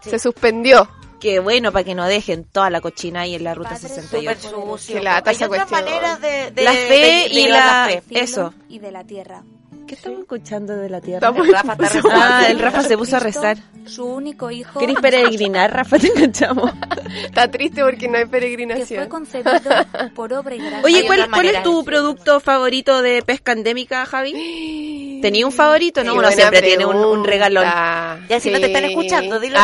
Speaker 4: Se suspendió.
Speaker 3: Qué bueno para que no dejen toda la cochina ahí en la ruta
Speaker 2: Súper
Speaker 3: 68.
Speaker 2: sucio.
Speaker 4: Qué lata
Speaker 2: hay
Speaker 4: esa
Speaker 2: otras
Speaker 4: cuestión.
Speaker 2: maneras de, de-
Speaker 3: La
Speaker 2: de-
Speaker 3: fe
Speaker 2: de
Speaker 3: y
Speaker 2: llegar a fe.
Speaker 3: la. Eso.
Speaker 11: y de la tierra.
Speaker 3: ¿Qué estamos escuchando de la tierra?
Speaker 4: Estamos-
Speaker 2: El Rafa está rezando.
Speaker 3: Ah, el Rafa se puso a rezar.
Speaker 11: Su único hijo,
Speaker 3: ¿Querés peregrinar, Rafa? Te enganchamos.
Speaker 4: Está triste porque no hay
Speaker 11: que fue
Speaker 4: peregrinación.
Speaker 11: concebido por obra y gracia.
Speaker 3: Oye,
Speaker 2: Hay
Speaker 3: ¿cuál,
Speaker 2: otras
Speaker 3: cuál es
Speaker 2: maneras
Speaker 3: tu
Speaker 2: de-
Speaker 3: producto favorito de pesca endémica, Javi? ¿Tenía un favorito? No,
Speaker 4: Qué
Speaker 3: uno
Speaker 4: buena
Speaker 3: siempre tiene un, un
Speaker 4: pregunta.
Speaker 3: regalón.
Speaker 2: Ya, si no te están escuchando, dilo.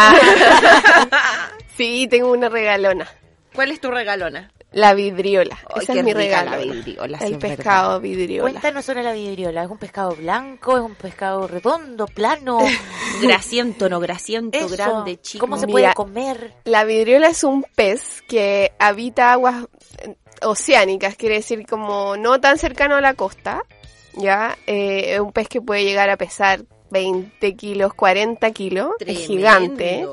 Speaker 4: Ah. sí, tengo una regalona.
Speaker 3: ¿Cuál es tu regalona?
Speaker 4: La vidriola.
Speaker 3: Ay,
Speaker 4: Esa
Speaker 3: qué
Speaker 4: es mi
Speaker 3: rica la
Speaker 4: regalona.
Speaker 3: vidriola,
Speaker 4: el
Speaker 3: siempre
Speaker 4: pescado vidriola.
Speaker 2: Cuéntanos sobre la vidriola. ¿Es un pescado blanco? ¿Es un pescado redondo, plano?
Speaker 3: Grasiento, no grasiento,
Speaker 2: Eso.
Speaker 3: grande, chico.
Speaker 2: ¿Cómo se
Speaker 4: Mira.
Speaker 2: puede comer?
Speaker 4: La vidriola es un pez que habita aguas eh, oceánicas, quiere decir como no tan cercano a la costa, ¿ya? Eh, es un pez que puede llegar a pesar 20 kilos, 40 kilos, es gigante. ¿eh?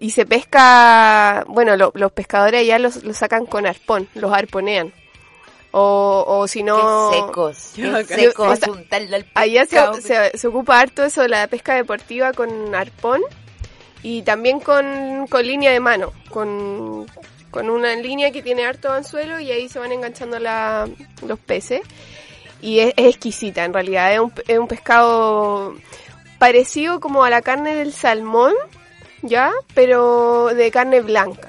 Speaker 4: Y se pesca, bueno, lo- los pescadores ya los, los sacan con arpón, los arponean. O, o si no...
Speaker 2: Qué secos.
Speaker 3: Yo
Speaker 2: Qué
Speaker 3: acá-
Speaker 2: secos.
Speaker 4: Yo-
Speaker 2: untarle al
Speaker 4: Allá se,
Speaker 2: pescado.
Speaker 4: se- se ocupa harto eso de la pesca deportiva con arpón y también con, con línea de mano, con, con una línea que tiene harto anzuelo y ahí se van enganchando la- los peces. Y es, es exquisita en realidad, es un, es un pescado parecido como a la carne del salmón, ¿ya? Pero de carne blanca.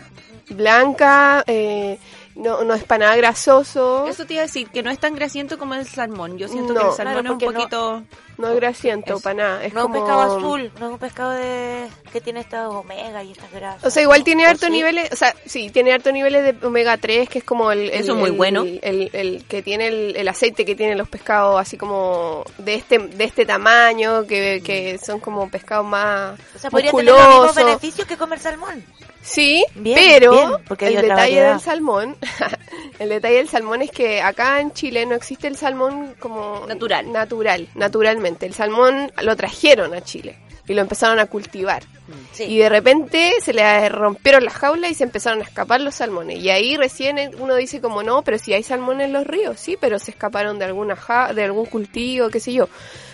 Speaker 4: Blanca, eh, no, no es para nada grasoso,
Speaker 3: Eso te iba a decir, que no es tan grasiento como el salmón. Yo siento
Speaker 4: No.
Speaker 3: que el salmón
Speaker 2: Claro,
Speaker 3: es un
Speaker 2: porque
Speaker 3: poquito...
Speaker 4: no es grasiento
Speaker 2: Es-
Speaker 4: para nada. Es
Speaker 2: no es un
Speaker 4: como-
Speaker 2: pescado azul, no es un pescado de que tiene estado omega y estas grasas.
Speaker 4: O sea, igual tiene
Speaker 2: ¿O
Speaker 4: harto
Speaker 2: sí?
Speaker 4: niveles, o sea, sí, tiene harto niveles de omega 3, que es como el... el-
Speaker 3: Eso muy
Speaker 4: el-
Speaker 3: bueno.
Speaker 4: El, el que tiene el, el aceite que tienen los pescados así como de este de este tamaño, que, que son como pescados más
Speaker 2: O sea, podría tener los mismos
Speaker 4: musculosos.
Speaker 2: beneficios que comer salmón.
Speaker 4: Sí,
Speaker 2: Bien,
Speaker 4: pero
Speaker 2: bien, porque hay
Speaker 4: el
Speaker 2: otra
Speaker 4: detalle
Speaker 2: variedad.
Speaker 4: del salmón, el detalle del salmón es que acá en Chile no existe el salmón como
Speaker 3: Natural.
Speaker 4: natural, naturalmente. El salmón lo trajeron a Chile y lo empezaron a cultivar.
Speaker 3: Mm.
Speaker 4: Y de repente se le rompieron las jaulas y se empezaron a escapar los salmones. Y ahí recién uno dice como no, pero si hay salmón en los ríos, sí, pero se escaparon de alguna ja- de algún cultivo, qué sé yo.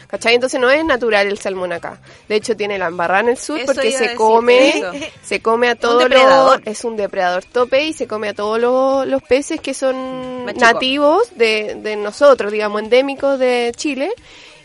Speaker 4: ¿Cachai? Entonces no es natural el salmón acá. De hecho tiene la embarrada en el sur
Speaker 3: Eso
Speaker 4: porque
Speaker 3: iba a
Speaker 4: se
Speaker 3: decir,
Speaker 4: come,
Speaker 3: eso.
Speaker 4: se come a todos
Speaker 3: depredador.
Speaker 4: los... Es un depredador tope y se come a todos los, los peces que son
Speaker 3: Machico.
Speaker 4: nativos de, de nosotros, digamos, endémicos de Chile.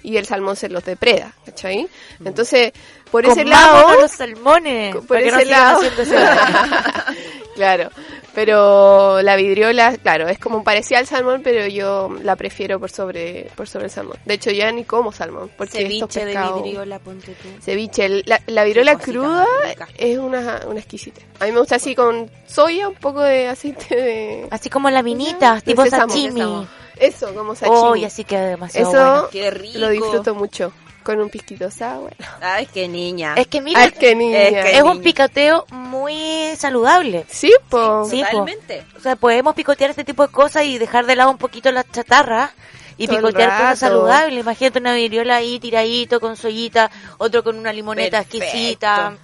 Speaker 4: Y el salmón se los depreda, ¿cachai?
Speaker 3: Mm.
Speaker 4: Entonces, por ese
Speaker 2: Comámonos
Speaker 4: lado...
Speaker 2: los salmones.
Speaker 4: Por
Speaker 2: para que no
Speaker 4: ese
Speaker 2: sigan
Speaker 4: lado.
Speaker 2: haciendo ese-
Speaker 4: claro, pero la vidriola, claro, es como parecía al salmón, pero yo la prefiero por sobre por sobre el salmón. De hecho, ya ni como salmón, porque estos
Speaker 3: Ceviche de
Speaker 4: pescados-
Speaker 3: vidriola, pues ponte tú.
Speaker 4: Ceviche, el- la, la vidriola
Speaker 3: cosita
Speaker 4: cruda
Speaker 3: más rica.
Speaker 4: es una, una exquisita. A mí me gusta así con soya, un poco de aceite de...
Speaker 2: Así como laminitas,
Speaker 4: de
Speaker 2: tipo
Speaker 4: sésamo.
Speaker 2: sashimi.
Speaker 4: Eso, como sashimi.
Speaker 2: Oh, y así queda demasiado
Speaker 4: Eso
Speaker 2: bueno.
Speaker 3: Qué rico.
Speaker 4: eh, lo disfruto mucho, con un pisquito sour.
Speaker 3: Ay, qué niña.
Speaker 2: Es que mira,
Speaker 4: ah, Ay, qué niña.
Speaker 3: Es que-
Speaker 2: es un picoteo muy saludable.
Speaker 4: Sí, po.
Speaker 3: pues.
Speaker 2: Sí, po.
Speaker 3: Totalmente.
Speaker 2: O sea, podemos picotear este tipo de cosas y dejar de lado un poquito la chatarra y
Speaker 4: Todo el
Speaker 2: picotear cosas
Speaker 4: rato.
Speaker 2: saludables. Imagínate una viriola ahí tiradito con soyita, otro con una limoneta
Speaker 3: Perfecto.
Speaker 2: exquisita.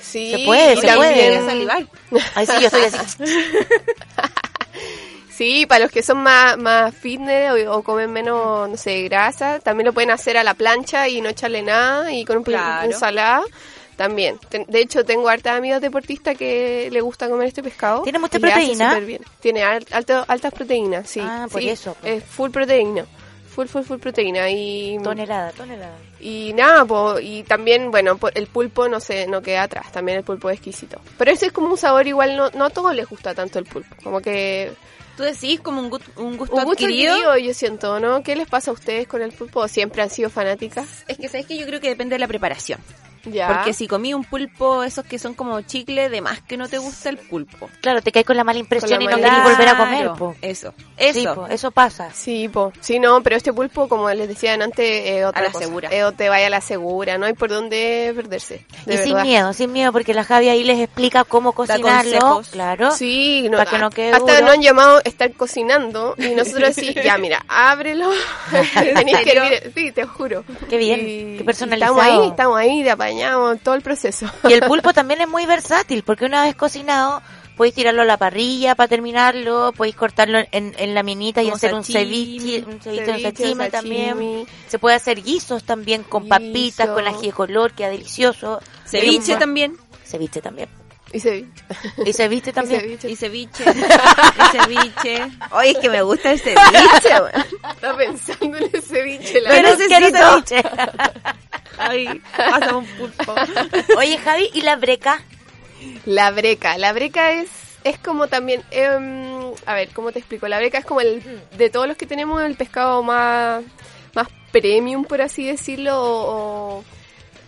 Speaker 4: Sí,
Speaker 2: Se puede,
Speaker 4: y
Speaker 2: se
Speaker 4: también-
Speaker 2: puede.
Speaker 3: Salivar.
Speaker 2: Ahí sí, yo estoy así.
Speaker 4: Sí, para los que son más, más fitness o, o comen menos, no sé, grasa, también lo pueden hacer a la plancha y no echarle nada y con un plato
Speaker 3: Claro.
Speaker 4: de ensalada también. Ten- De hecho, tengo hartas amigas deportistas que le gusta comer este pescado.
Speaker 2: ¿Tiene mucha
Speaker 4: y le hace
Speaker 2: proteína?
Speaker 4: súper bien. Tiene al- alto- altas proteínas, sí.
Speaker 2: Ah, por
Speaker 4: sí,
Speaker 2: eso, pues.
Speaker 4: Es full proteína. full, full, full proteína. Y,
Speaker 2: Tonelada, tonelada.
Speaker 4: y nada, po, y también, bueno, po- el pulpo no se, no queda atrás, también el pulpo es exquisito. Pero ese es como un sabor igual, no, no a todos les gusta tanto el pulpo. Como que
Speaker 3: Tú decís como un, gut- un gusto
Speaker 4: un gusto
Speaker 3: adquirido.
Speaker 4: adquirido, yo siento, ¿no? ¿Qué les pasa a ustedes con el pulpo? ¿Siempre han sido fanáticas?
Speaker 3: Es que sabes que yo creo que depende de la preparación.
Speaker 4: Ya.
Speaker 3: Porque si comí un pulpo, esos que son como chicle, de más que no te gusta el pulpo.
Speaker 2: Claro, te caes con la mala impresión
Speaker 4: Con
Speaker 2: y
Speaker 4: la
Speaker 2: no
Speaker 4: mala-
Speaker 2: querés volver a comer,
Speaker 3: Claro,
Speaker 2: po.
Speaker 3: Eso,
Speaker 2: Sí,
Speaker 3: eso.
Speaker 2: po, eso pasa.
Speaker 4: Sí, po. sí, no, pero este pulpo, como les decían antes, es otra
Speaker 3: A la
Speaker 4: cosa.
Speaker 3: segura.
Speaker 4: Eh, o te vaya a la segura, no hay por dónde perderse. De
Speaker 2: y sin
Speaker 4: verdad.
Speaker 2: miedo, sin miedo, porque la Javi ahí les explica cómo cocinarlo.
Speaker 3: consejos.
Speaker 2: Claro.
Speaker 4: Sí, no, ah,
Speaker 2: Para que no quede
Speaker 4: hasta
Speaker 2: duro.
Speaker 4: nos han llamado estar cocinando y nosotros sí, ya mira, ábrelo, tenés que hervir, sí, te juro.
Speaker 2: Qué bien, qué personalizado.
Speaker 4: Estamos ahí, estamos ahí, te apañamos todo el proceso.
Speaker 2: Y el pulpo también es muy versátil, porque una vez cocinado, podéis tirarlo a la parrilla para terminarlo, podéis cortarlo en, en la minita y
Speaker 3: Como
Speaker 2: hacer un
Speaker 3: sashimi,
Speaker 2: ceviche, un ceviche, un
Speaker 4: Ceviche,
Speaker 2: sashimi
Speaker 4: sashimi.
Speaker 2: también. Se puede hacer guisos también con papitas,
Speaker 4: Guiso.
Speaker 2: con ají de color, queda delicioso.
Speaker 3: Ceviche
Speaker 2: también.
Speaker 3: también.
Speaker 2: Ceviche también.
Speaker 4: Y ceviche.
Speaker 2: Y ceviche también.
Speaker 3: Y ceviche. y ceviche. Oye, es que me gusta el ceviche. weón.
Speaker 4: Está pensando en el ceviche. La
Speaker 3: Pero
Speaker 4: verdad.
Speaker 3: necesito
Speaker 2: quiero
Speaker 3: ceviche. Ay, pasa un pulpo.
Speaker 2: Oye, Javi, ¿y la breca?
Speaker 4: La breca, la breca es es como también, em, a ver, ¿cómo te explico? La breca es como el de todos los que tenemos el pescado más más premium, por así decirlo, o, o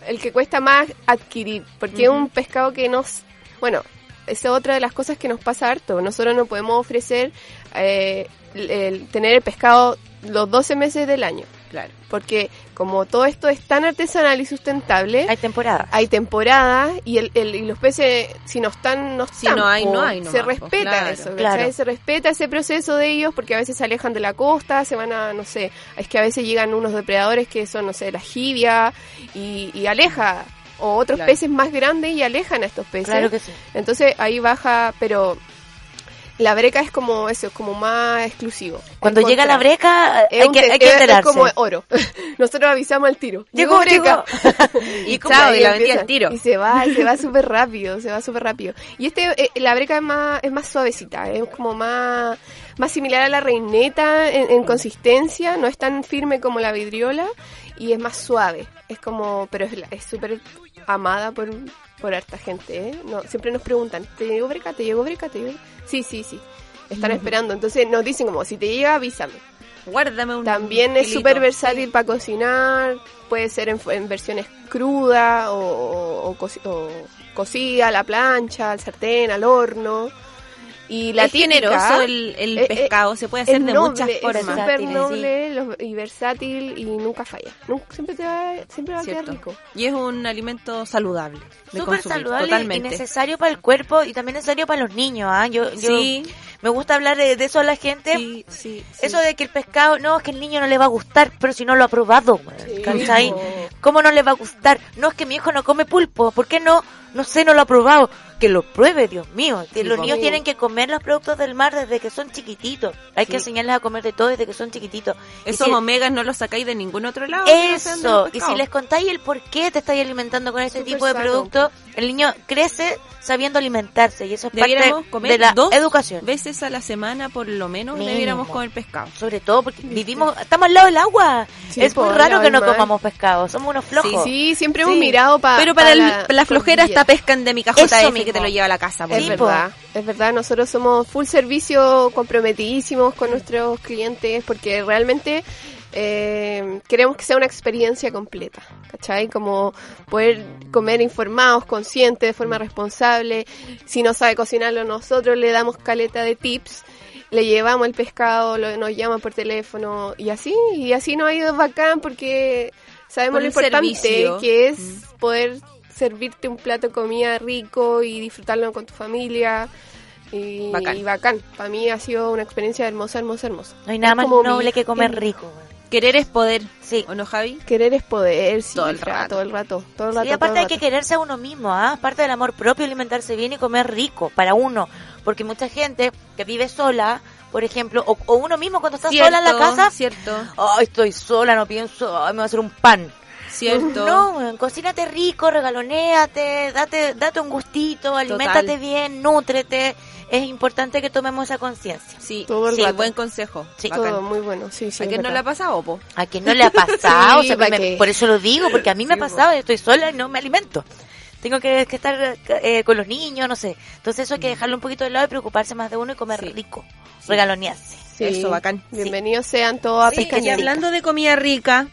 Speaker 4: el que cuesta más adquirir, porque es un pescado que nos, bueno, esa es otra de las cosas que nos pasa harto. Nosotros no podemos ofrecer eh, el- el tener el pescado los 12 meses del año. Claro. Porque como todo esto es tan artesanal y sustentable,
Speaker 2: Hay temporada.
Speaker 4: hay temporadas y, el, el- y los peces, si no están, no están.
Speaker 3: Si no hay,
Speaker 4: po.
Speaker 3: no hay
Speaker 4: Se
Speaker 3: nomás, po,
Speaker 4: respeta
Speaker 3: claro,
Speaker 4: eso, ¿cachai?
Speaker 2: claro.
Speaker 4: Se respeta ese proceso de ellos porque a veces se alejan de la costa, se van a, no sé, es que a veces llegan unos depredadores que son, no sé, la jibia y, y aleja. O otros
Speaker 3: Claro.
Speaker 4: peces más grandes y alejan a estos peces.
Speaker 2: Claro que sí.
Speaker 4: Entonces ahí baja, pero la breca es como eso, es como más exclusivo.
Speaker 2: Cuando llega la
Speaker 4: Encontrar.
Speaker 2: breca,
Speaker 4: Es
Speaker 2: hay
Speaker 4: un
Speaker 2: que,
Speaker 4: te-
Speaker 2: hay que
Speaker 4: es-
Speaker 2: enterarse.
Speaker 4: Es como oro. Nosotros avisamos al tiro.
Speaker 2: Llegó,
Speaker 4: Llegó, breca.
Speaker 3: Y chao, y la vendí
Speaker 4: empieza.
Speaker 3: al tiro.
Speaker 4: Y se va, y se va súper rápido, se va súper rápido. Y este, eh, la breca es más, es más suavecita, eh, es como más, más similar a la reineta en, en consistencia, no es tan firme como la vidriola y es más suave. Es como, pero es la- es súper amada por, por harta gente, ¿eh? No, siempre nos preguntan, ¿te llegó breca? ¿Te llegó breca? ¿Te llegó? Sí, sí, sí. Están esperando, entonces nos dicen como, si te llega, avísame.
Speaker 3: Guárdame un
Speaker 4: También es
Speaker 3: kilito.
Speaker 4: súper versátil para cocinar, puede ser en, en versiones crudas o, o- o coci- o cocida, a la plancha, al sartén, al horno. Y la
Speaker 3: es
Speaker 4: típica,
Speaker 3: generoso el, el
Speaker 4: eh, eh,
Speaker 3: pescado, se puede hacer
Speaker 4: es
Speaker 3: de
Speaker 4: noble,
Speaker 3: muchas
Speaker 4: Es
Speaker 3: formas.
Speaker 4: súper
Speaker 2: Versátil, sí.
Speaker 4: noble lo- y versátil y nunca falla. Nunca- siempre, te va, siempre va a quedar
Speaker 3: Cierto.
Speaker 4: rico.
Speaker 3: Y es un alimento saludable. de
Speaker 2: Súper
Speaker 3: consumir,
Speaker 2: saludable
Speaker 3: totalmente.
Speaker 2: y necesario para el cuerpo y también necesario para los niños. ¿ah? Yo, yo
Speaker 3: Sí,
Speaker 2: Me gusta hablar de, de eso a la gente.
Speaker 3: sí, sí, sí.
Speaker 2: Eso de que el pescado, no, es que el niño no le va a gustar, pero si no lo ha probado, weón, ¿cachai?
Speaker 4: po.
Speaker 2: ¿Cómo no le va a gustar? No, es que mi hijo no come pulpo, ¿por qué no? No sé, no lo ha probado. Que lo pruebe, Dios mío. Que los
Speaker 3: po.
Speaker 2: niños tienen que comer los productos del mar desde que son chiquititos. Hay que enseñarles a comer de todo desde que son chiquititos. Y
Speaker 3: Esos
Speaker 2: si-
Speaker 3: omegas no los sacáis de ningún otro lado. que no sean de
Speaker 2: eso,
Speaker 3: los
Speaker 2: y si
Speaker 3: pescados.
Speaker 2: les contáis el por qué te estáis alimentando con ese
Speaker 4: Súper
Speaker 2: tipo de
Speaker 4: sano.
Speaker 2: productos, el niño crece sabiendo alimentarse y eso es
Speaker 3: Debiéramos
Speaker 2: parte
Speaker 3: comer
Speaker 2: de la
Speaker 3: dos
Speaker 2: educación.
Speaker 3: veces a la semana por lo menos
Speaker 2: Mínimo.
Speaker 3: debiéramos comer pescado.
Speaker 2: Sobre todo porque vivimos, estamos al lado del agua.
Speaker 4: Sí,
Speaker 2: es muy
Speaker 4: po,
Speaker 2: raro
Speaker 4: al
Speaker 2: que no
Speaker 4: lado del mar.
Speaker 2: comamos pescado, somos unos flojos.
Speaker 4: Sí, siempre hemos
Speaker 2: Sí.
Speaker 4: mirado Ah, para...
Speaker 3: Pero para, el- para la flojera está pescan de mi cajota
Speaker 2: Eso
Speaker 3: ese que
Speaker 2: mismo.
Speaker 3: te lo lleva a la casa.
Speaker 4: Es
Speaker 3: pues.
Speaker 2: Sí, po.
Speaker 4: verdad, es verdad, nosotros somos full servicio comprometidísimos con nuestros clientes porque realmente eh, queremos que sea una experiencia completa, ¿cachai? Como poder comer informados, conscientes, de forma responsable, si no sabe cocinarlo nosotros le damos caleta de tips, le llevamos el pescado, lo- nos llaman por teléfono y así, y así nos ha ido bacán porque sabemos
Speaker 3: Por
Speaker 4: lo
Speaker 3: el
Speaker 4: importante
Speaker 3: servicio. Mm.
Speaker 4: que es poder servirte un plato de comida rico y disfrutarlo con tu familia. Y
Speaker 3: Bacán.
Speaker 4: bacán. Para mí ha sido una experiencia hermosa, hermosa, hermosa.
Speaker 2: No hay nada
Speaker 4: Es
Speaker 2: más
Speaker 4: como
Speaker 2: noble
Speaker 4: mi-
Speaker 2: que comer rico. weón.
Speaker 3: Querer es poder.
Speaker 2: Sí.
Speaker 3: ¿O no, Javi?
Speaker 4: Querer es poder, sí,
Speaker 3: Todo el
Speaker 4: Fra,
Speaker 3: rato.
Speaker 4: Todo el rato, todo el rato,
Speaker 2: Y aparte
Speaker 4: todo el
Speaker 2: hay que
Speaker 4: rato.
Speaker 2: quererse a uno mismo, ¿ah? Aparte del amor propio, alimentarse bien y comer rico para uno. Porque mucha gente que vive sola, por ejemplo, o, o uno mismo cuando está sola en la casa,
Speaker 3: Cierto,
Speaker 2: ay, estoy sola, no pienso, ay, me voy a hacer un pan.
Speaker 3: cierto.
Speaker 2: No, weón, cocínate rico, regaloneate, date, date un gustito, alimentate bien, nútrete, es importante que tomemos esa conciencia.
Speaker 3: Sí,
Speaker 4: Todo el
Speaker 3: sí,
Speaker 4: rato.
Speaker 3: buen consejo.
Speaker 2: Sí.
Speaker 3: Bacán.
Speaker 4: Todo muy bueno, sí, sí.
Speaker 3: ¿A
Speaker 4: es
Speaker 3: quién no le
Speaker 4: verdad.
Speaker 3: ha pasado, po?
Speaker 2: A quien no le ha pasado,
Speaker 4: Sí,
Speaker 2: o sea,
Speaker 4: ¿pa'
Speaker 2: me-
Speaker 4: qué?
Speaker 2: por eso lo digo, porque a mí me ha
Speaker 3: Sí,
Speaker 2: pasado, yo estoy sola y no me alimento. Tengo que, que estar eh, con los niños, no sé. Entonces eso hay que dejarlo un poquito de lado y preocuparse más de uno y comer
Speaker 3: Sí.
Speaker 2: rico, regalonearse.
Speaker 4: Sí.
Speaker 3: Eso, bacán.
Speaker 4: Bienvenidos sean todos a
Speaker 3: Sí,
Speaker 4: Pescaña
Speaker 3: y
Speaker 4: Rica.
Speaker 3: hablando de comida rica,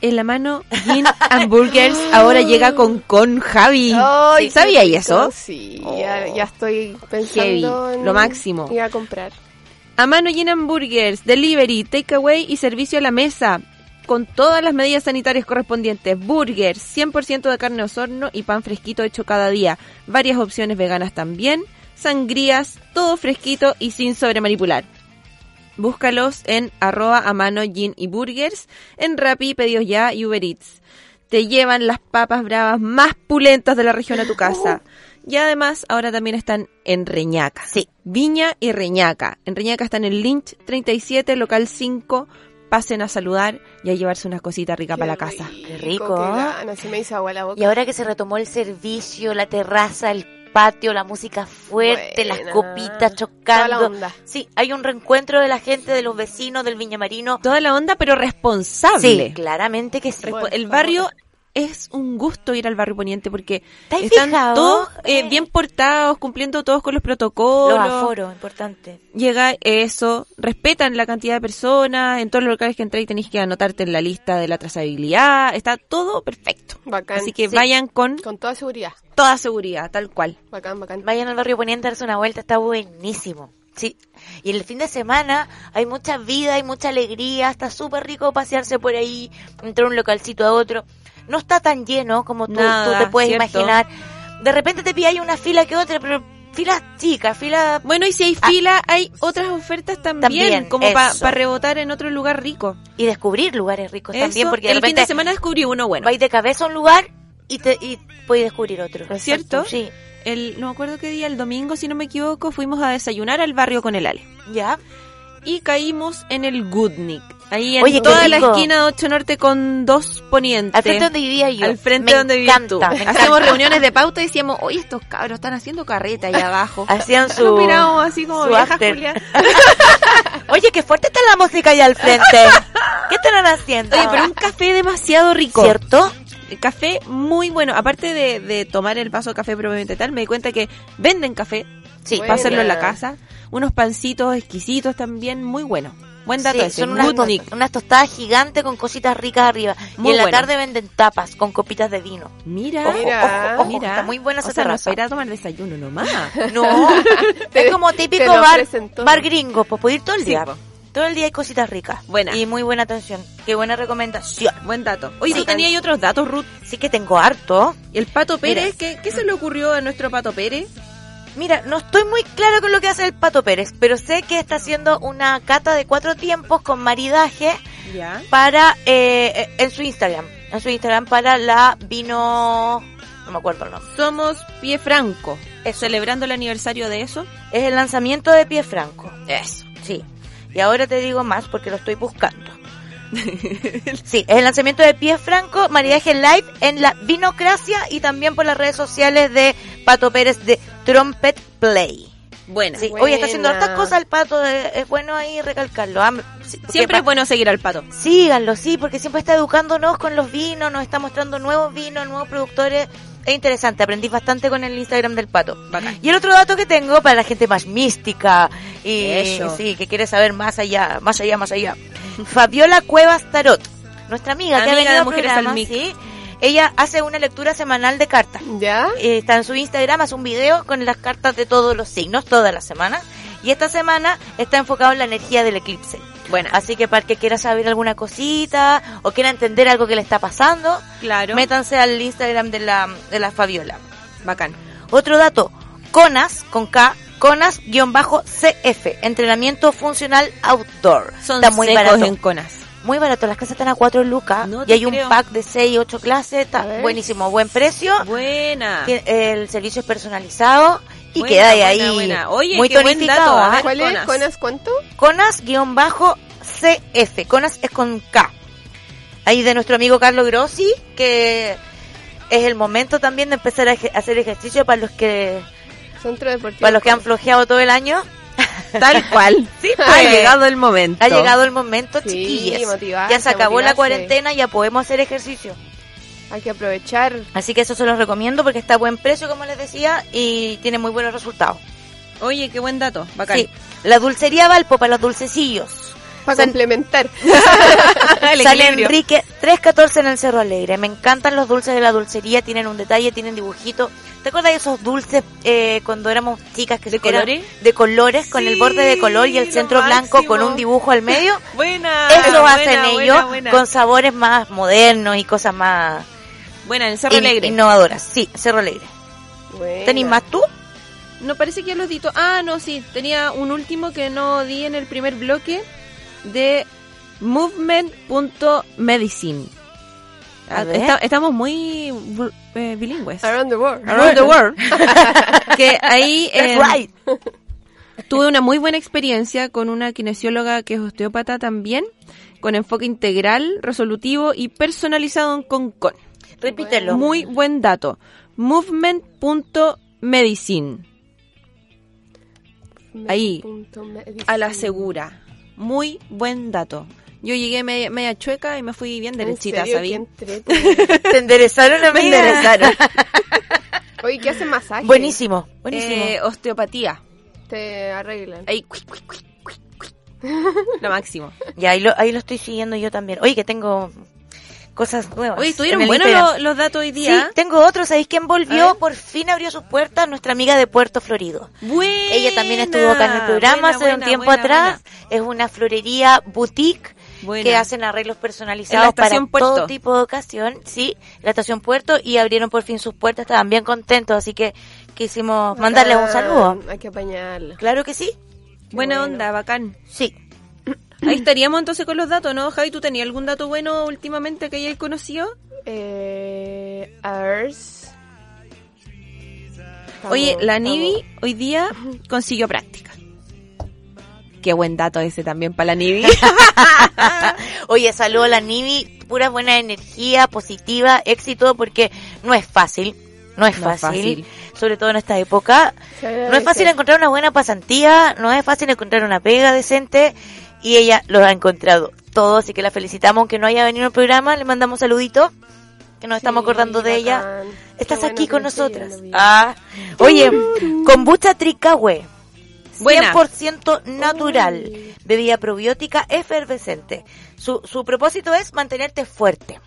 Speaker 3: en la mano Gin and Burgers ahora llega con con Javi.
Speaker 4: Ay, qué
Speaker 3: ¿Sabía
Speaker 4: rico,
Speaker 3: eso? Oh,
Speaker 4: Sí, ya, ya estoy pensando
Speaker 3: Heavy,
Speaker 4: en
Speaker 3: lo máximo.
Speaker 4: Ir a comprar.
Speaker 3: A mano Gin and Burgers, delivery, takeaway y servicio a la mesa. Con todas las medidas sanitarias correspondientes, burgers, 100% de carne osorno y pan fresquito hecho cada día. Varias opciones veganas también, sangrías, todo fresquito y sin sobremanipular. Búscalos en arroba a mano gin y burgers, en Rappi, pedidos ya y Uber Eats. Te llevan las papas bravas más pulentas de la región a tu casa. Y además ahora también están en Reñaca.
Speaker 2: Sí.
Speaker 3: Viña y Reñaca. En Reñaca están en Lynch 37, local 5. Pasen a saludar y a llevarse unas cositas ricas para la casa.
Speaker 2: Qué rico.
Speaker 4: qué gana, se me hizo agua la boca.
Speaker 2: Y ahora que se retomó el servicio, la terraza, el patio, la música fuerte,
Speaker 4: Buena.
Speaker 2: las copitas
Speaker 4: Toda la
Speaker 2: chocando.
Speaker 4: onda.
Speaker 2: Sí, hay un reencuentro de la gente, de los vecinos, del viñamarino.
Speaker 3: Toda la onda, pero responsable.
Speaker 2: Sí, claramente que sí.
Speaker 4: Bueno,
Speaker 3: El barrio es un gusto ir al barrio poniente porque
Speaker 2: ¿Estáis
Speaker 3: están
Speaker 2: fijaos?
Speaker 3: todos eh,
Speaker 2: Eh.
Speaker 3: bien portados, cumpliendo todos con los
Speaker 2: Los
Speaker 3: protocolos.
Speaker 2: aforos, importante.
Speaker 3: Llega eso, respetan la cantidad de personas, en todos los locales que entráis tenéis que anotarte en la lista de la trazabilidad, está todo perfecto.
Speaker 4: Bacán.
Speaker 3: Así que vayan con
Speaker 4: Con toda seguridad.
Speaker 3: toda seguridad, tal cual.
Speaker 4: Bacán, bacán.
Speaker 2: Vayan al barrio Poniente a darse una vuelta, está buenísimo. Sí. Y el fin de semana hay mucha vida, hay mucha alegría, está súper rico pasearse por ahí, entre un localcito a otro. No está tan lleno como tú,
Speaker 3: Nada,
Speaker 2: tú te puedes
Speaker 3: cierto.
Speaker 2: imaginar. De repente te pillas una fila que otra, pero filas chicas, filas...
Speaker 3: Bueno, y si hay
Speaker 2: Ah.
Speaker 3: fila, hay otras ofertas también,
Speaker 2: También,
Speaker 3: como para
Speaker 2: eso.
Speaker 3: rebotar en otro lugar rico.
Speaker 2: Y descubrir lugares ricos también,
Speaker 3: Eso,
Speaker 2: porque de
Speaker 3: el fin de
Speaker 2: repente
Speaker 3: semana descubrí uno bueno.
Speaker 2: vais de cabeza a un lugar y, te, y puedes descubrir otro.
Speaker 3: ¿Es cierto?
Speaker 2: Sí.
Speaker 3: El, no me acuerdo qué día, el domingo, si no me equivoco, fuimos a desayunar al barrio con el Ale.
Speaker 2: Ya.
Speaker 3: Y caímos en el Goodnick. Ahí en
Speaker 2: Oye, qué
Speaker 3: toda la
Speaker 2: rico.
Speaker 3: esquina de 8 Norte con dos ponientes.
Speaker 2: Al frente donde vivía yo.
Speaker 3: Al frente
Speaker 2: Me
Speaker 3: donde vivías tú.
Speaker 2: encanta, me
Speaker 3: Hacíamos
Speaker 2: encanta.
Speaker 3: reuniones de pauta y decíamos, oye, estos cabros están haciendo carreta ahí abajo.
Speaker 2: Hacían su...
Speaker 3: Nos mirábamos así como
Speaker 2: su
Speaker 3: viejas
Speaker 2: after.
Speaker 3: culiadas.
Speaker 2: Oye, qué fuerte está la música allá al frente. ¿Qué estarán haciendo? Ah,
Speaker 3: Oye, pero un café demasiado rico.
Speaker 2: ¿Cierto?
Speaker 3: El café muy bueno. Aparte de, de tomar el vaso de café probablemente tal, me di cuenta que venden café
Speaker 2: Sí,
Speaker 3: para hacerlo en la
Speaker 4: Buena.
Speaker 3: casa. Unos pancitos exquisitos también, muy bueno. Buen dato
Speaker 2: Sí,
Speaker 3: ese.
Speaker 2: son unas,
Speaker 3: Goodnick.
Speaker 2: to- unas tostadas gigantes con cositas ricas arriba. y
Speaker 3: Muy
Speaker 2: en la
Speaker 3: bueno.
Speaker 2: tarde venden tapas con copitas de vino.
Speaker 3: Mira,
Speaker 2: Ojo,
Speaker 4: Mira.
Speaker 2: ojo, ojo,
Speaker 3: mira.
Speaker 2: está muy buena
Speaker 3: o
Speaker 2: esa
Speaker 3: sea, no
Speaker 2: terraza.
Speaker 3: es para ir a tomar desayuno nomás.
Speaker 2: No,
Speaker 4: Te-
Speaker 2: es como típico
Speaker 4: te lo
Speaker 2: bar,
Speaker 4: presentó.
Speaker 2: bar gringo, pues puede ir todo el
Speaker 3: Sí,
Speaker 2: día.
Speaker 3: po.
Speaker 2: todo el día hay cositas ricas.
Speaker 3: Buena.
Speaker 2: Y muy buena atención. Qué buena recomendación.
Speaker 3: Buen dato. Oye, tú
Speaker 2: Sí.
Speaker 3: tenías ahí otros datos, Ruth.
Speaker 2: Sí que tengo harto.
Speaker 3: Y el Pato
Speaker 2: Mira.
Speaker 3: Pérez, ¿qué, qué se le ocurrió a nuestro Pato Pérez?
Speaker 2: Mira, no estoy muy claro con lo que hace el Pato Pérez, pero sé que está haciendo una cata de cuatro tiempos con maridaje
Speaker 3: Ya.
Speaker 2: para eh, eh, en su Instagram, en su Instagram para la vino, no me acuerdo el nombre.
Speaker 3: Somos Pie Franco.
Speaker 2: Eso.
Speaker 3: Celebrando el aniversario de eso.
Speaker 2: Es el lanzamiento de Pie Franco.
Speaker 3: Eso.
Speaker 2: Sí. Y ahora te digo más porque lo estoy buscando. Sí, es el lanzamiento de Pie Franco, maridaje live en la Vinocracia y también por las redes sociales de Pato Pérez de Trumpet Play.
Speaker 3: Buena.
Speaker 2: Sí, oye, está haciendo
Speaker 4: Buena.
Speaker 2: hartas cosas el Pato, eh, es bueno ahí recalcarlo. ah, me- sí, porque
Speaker 3: Siempre es
Speaker 2: pa-
Speaker 3: bueno seguir al Pato.
Speaker 2: Síganlo, sí, porque siempre está educándonos con los vinos, nos está mostrando nuevos vinos, nuevos productores. Es interesante, aprendí bastante con el Instagram del Pato.
Speaker 3: Bacán.
Speaker 2: Y el otro dato que tengo para la gente más mística y
Speaker 3: Eso.
Speaker 2: sí, que quiere saber más allá, más allá, más allá. Fabiola Cuevas Tarot, nuestra amiga, que ha
Speaker 3: Amiga
Speaker 2: venido
Speaker 3: de
Speaker 2: al
Speaker 3: Mujeres
Speaker 2: programa,
Speaker 3: al Mic.
Speaker 2: sí. Ella hace una lectura semanal de cartas.
Speaker 4: ¿Ya?
Speaker 2: Eh, está en su Instagram, hace un video con las cartas de todos los signos, todas las semanas. Y esta semana está enfocado en la energía del eclipse.
Speaker 3: Buena.
Speaker 2: Así que para el que quiera saber alguna cosita o quiera entender algo que le está pasando,
Speaker 3: Claro.
Speaker 2: métanse al Instagram de la, de la Fabiola.
Speaker 3: Bacán.
Speaker 2: Otro dato, CONAS, con K, CONAS-CF, entrenamiento funcional outdoor.
Speaker 3: Son
Speaker 2: está muy
Speaker 3: secos
Speaker 2: barato.
Speaker 3: en conas.
Speaker 2: Muy barato, las casas están a 4 lucas
Speaker 3: No
Speaker 2: y
Speaker 3: te
Speaker 2: hay un
Speaker 3: creo.
Speaker 2: pack de 6, 8 clases,
Speaker 4: A
Speaker 2: está
Speaker 4: ver.
Speaker 2: buenísimo, buen precio.
Speaker 3: Buena.
Speaker 2: Tien- El servicio es personalizado y
Speaker 3: Buena,
Speaker 2: queda de ahí
Speaker 3: buena, buena. Oye,
Speaker 2: muy ¿ah?
Speaker 3: qué buen
Speaker 2: tonificado.
Speaker 3: dato, ¿eh? a ver.
Speaker 4: ¿Cuál es?
Speaker 3: Conas.
Speaker 4: ¿Conas cuánto?
Speaker 2: Conas-CF. Conas es con K. Ahí de nuestro amigo Carlos Grossi, que es el momento también de empezar a ej- hacer ejercicio para los que
Speaker 4: Centro Deportivo.
Speaker 2: Para los que han flojeado todo el año,
Speaker 5: Tal cual.
Speaker 2: Sí,
Speaker 5: Ha
Speaker 2: pues.
Speaker 5: llegado el momento.
Speaker 2: ha llegado el momento,
Speaker 4: Sí,
Speaker 2: chiquillos.
Speaker 4: motivarse,
Speaker 2: Ya se acabó
Speaker 4: motivarse.
Speaker 2: la cuarentena, ya podemos hacer ejercicio.
Speaker 4: Hay que aprovechar.
Speaker 2: Así que eso se los recomiendo porque está a buen precio, como les decía, y tiene muy buenos resultados.
Speaker 5: Oye, qué buen dato. Bacán.
Speaker 2: Sí. La dulcería Valpo para los dulcecillos.
Speaker 4: Para
Speaker 2: San-
Speaker 4: complementar.
Speaker 2: San Enrique 314 en el Cerro Alegre. Me encantan los dulces de la dulcería, tienen un detalle, tienen dibujito. ¿Te acuerdas de esos dulces eh, cuando éramos chicas que
Speaker 5: ¿De
Speaker 2: eran
Speaker 5: colores?
Speaker 2: De colores, con el
Speaker 5: Sí,
Speaker 2: borde de color y el
Speaker 5: lo
Speaker 2: centro blanco con
Speaker 5: máximo.
Speaker 2: un dibujo al medio.
Speaker 5: Buena.
Speaker 2: Eso
Speaker 5: buena,
Speaker 2: hacen
Speaker 5: buena,
Speaker 2: ellos
Speaker 5: Buena,
Speaker 2: con sabores más modernos y cosas más
Speaker 5: Buena, en Cerro
Speaker 2: in-
Speaker 5: Alegre. Eh,
Speaker 2: innovadoras. Sí, Cerro Alegre.
Speaker 4: Buena.
Speaker 2: ¿Tenís más tú?
Speaker 3: No parece que ya los di to- Ah, no, sí. Tenía un último que no di en el primer bloque de movement.medicine.
Speaker 2: A
Speaker 3: Ah,
Speaker 2: ver.
Speaker 3: esta- estamos muy bu- eh, bilingües.
Speaker 4: Around the world.
Speaker 3: Around the world. que ahí eh,
Speaker 2: That's right.
Speaker 3: tuve una muy buena experiencia con una kinesióloga que es osteópata también, con enfoque integral, resolutivo y personalizado en Concon.
Speaker 2: Repítelo.
Speaker 3: Muy buen dato. Movement.medicine. Ahí.
Speaker 4: Punto medicina.
Speaker 3: A la segura. Muy buen dato. Yo llegué media, media chueca y me fui bien
Speaker 4: ¿En
Speaker 3: derechita,
Speaker 4: serio?
Speaker 3: ¿sabí?
Speaker 4: Qué entrete.
Speaker 2: Te enderezaron, amiga.
Speaker 3: Me enderezaron.
Speaker 4: Oye, ¿qué hacen masaje?
Speaker 2: Buenísimo, buenísimo.
Speaker 3: Eh, osteopatía.
Speaker 4: Te arreglan.
Speaker 3: Ahí, cuic, cuic, cuic, cuic, cuic. Lo máximo.
Speaker 2: Ya, ahí lo, ahí lo estoy siguiendo yo también. Oye, que tengo cosas nuevas.
Speaker 3: Oye, estuvieron
Speaker 2: en el
Speaker 3: buenos
Speaker 2: Instagram.
Speaker 3: los, los datos hoy
Speaker 2: Sí,
Speaker 3: día.
Speaker 2: tengo otro. ¿Sabéis quién
Speaker 3: A
Speaker 2: volvió?
Speaker 3: ver.
Speaker 2: Por fin abrió sus puertas nuestra amiga de Puerto Florido.
Speaker 3: Buena,
Speaker 2: Ella también estuvo acá en el programa
Speaker 3: buena,
Speaker 2: hace un
Speaker 3: buena,
Speaker 2: tiempo
Speaker 3: buena,
Speaker 2: atrás. Es una florería boutique
Speaker 3: buena.
Speaker 2: que
Speaker 3: Buena.
Speaker 2: hacen arreglos personalizados
Speaker 3: En la
Speaker 2: para
Speaker 3: Estación Puerto.
Speaker 2: todo tipo de ocasión, sí, la estación Puerto y abrieron por fin sus puertas, estaban bien contentos, así que
Speaker 3: Ah.
Speaker 2: quisimos mandarles un saludo.
Speaker 4: Ah, Hay que apañarla.
Speaker 2: Claro que sí,
Speaker 3: Buena
Speaker 4: bueno.
Speaker 3: onda, bacán.
Speaker 2: sí.
Speaker 3: Ahí estaríamos entonces con los datos, ¿no, Javi? ¿Tú tenías algún dato bueno últimamente que hayáis conocido?
Speaker 4: Eh, Ars.
Speaker 3: Oye,
Speaker 4: Vamos,
Speaker 3: la
Speaker 4: vamos.
Speaker 3: Nivi hoy día consiguió práctica. Qué buen dato ese también para la Nivi.
Speaker 2: Oye, saludo a la Nivi, pura buena energía, positiva, éxito, porque no es fácil, no es,
Speaker 3: No
Speaker 2: fácil,
Speaker 3: es fácil.
Speaker 2: sobre todo en esta época.
Speaker 4: Se
Speaker 2: No es
Speaker 4: agradece.
Speaker 2: fácil encontrar una buena pasantía, no es fácil encontrar una pega decente y ella lo ha encontrado todo, así que la felicitamos, aunque no haya venido al programa, le mandamos saludito, que nos estamos
Speaker 4: Sí,
Speaker 2: acordando de ella.
Speaker 4: bacán.
Speaker 2: Estás
Speaker 4: Qué bueno
Speaker 2: aquí
Speaker 4: que
Speaker 2: con
Speaker 4: nos
Speaker 2: nosotras.
Speaker 4: sigan, amiga.
Speaker 2: Ah, oye, kombucha tricahue.
Speaker 3: Buena.
Speaker 2: 100% natural, bebida probiótica efervescente. Su, su propósito es mantenerte fuerte.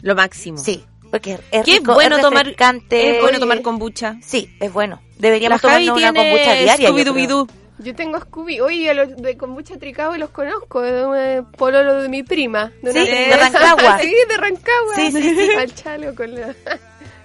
Speaker 3: Lo máximo.
Speaker 2: Sí, porque es
Speaker 3: Qué
Speaker 2: rico,
Speaker 3: bueno
Speaker 2: es
Speaker 3: tomar
Speaker 2: refrescante.
Speaker 3: Es bueno tomar kombucha.
Speaker 2: Sí, es bueno. Deberíamos
Speaker 3: la Javi
Speaker 2: tomarnos una kombucha
Speaker 3: tiene
Speaker 2: diaria. yo creo.
Speaker 3: Scooby-Doo.
Speaker 4: Yo tengo Scooby. Oye, a los de kombucha tricado y los conozco. De un eh, pololo de mi prima. De una
Speaker 2: Sí,
Speaker 4: prima.
Speaker 2: de Rancagua.
Speaker 4: sí, de Rancagua.
Speaker 2: Sí, sí, sí.
Speaker 4: Al chalo con la.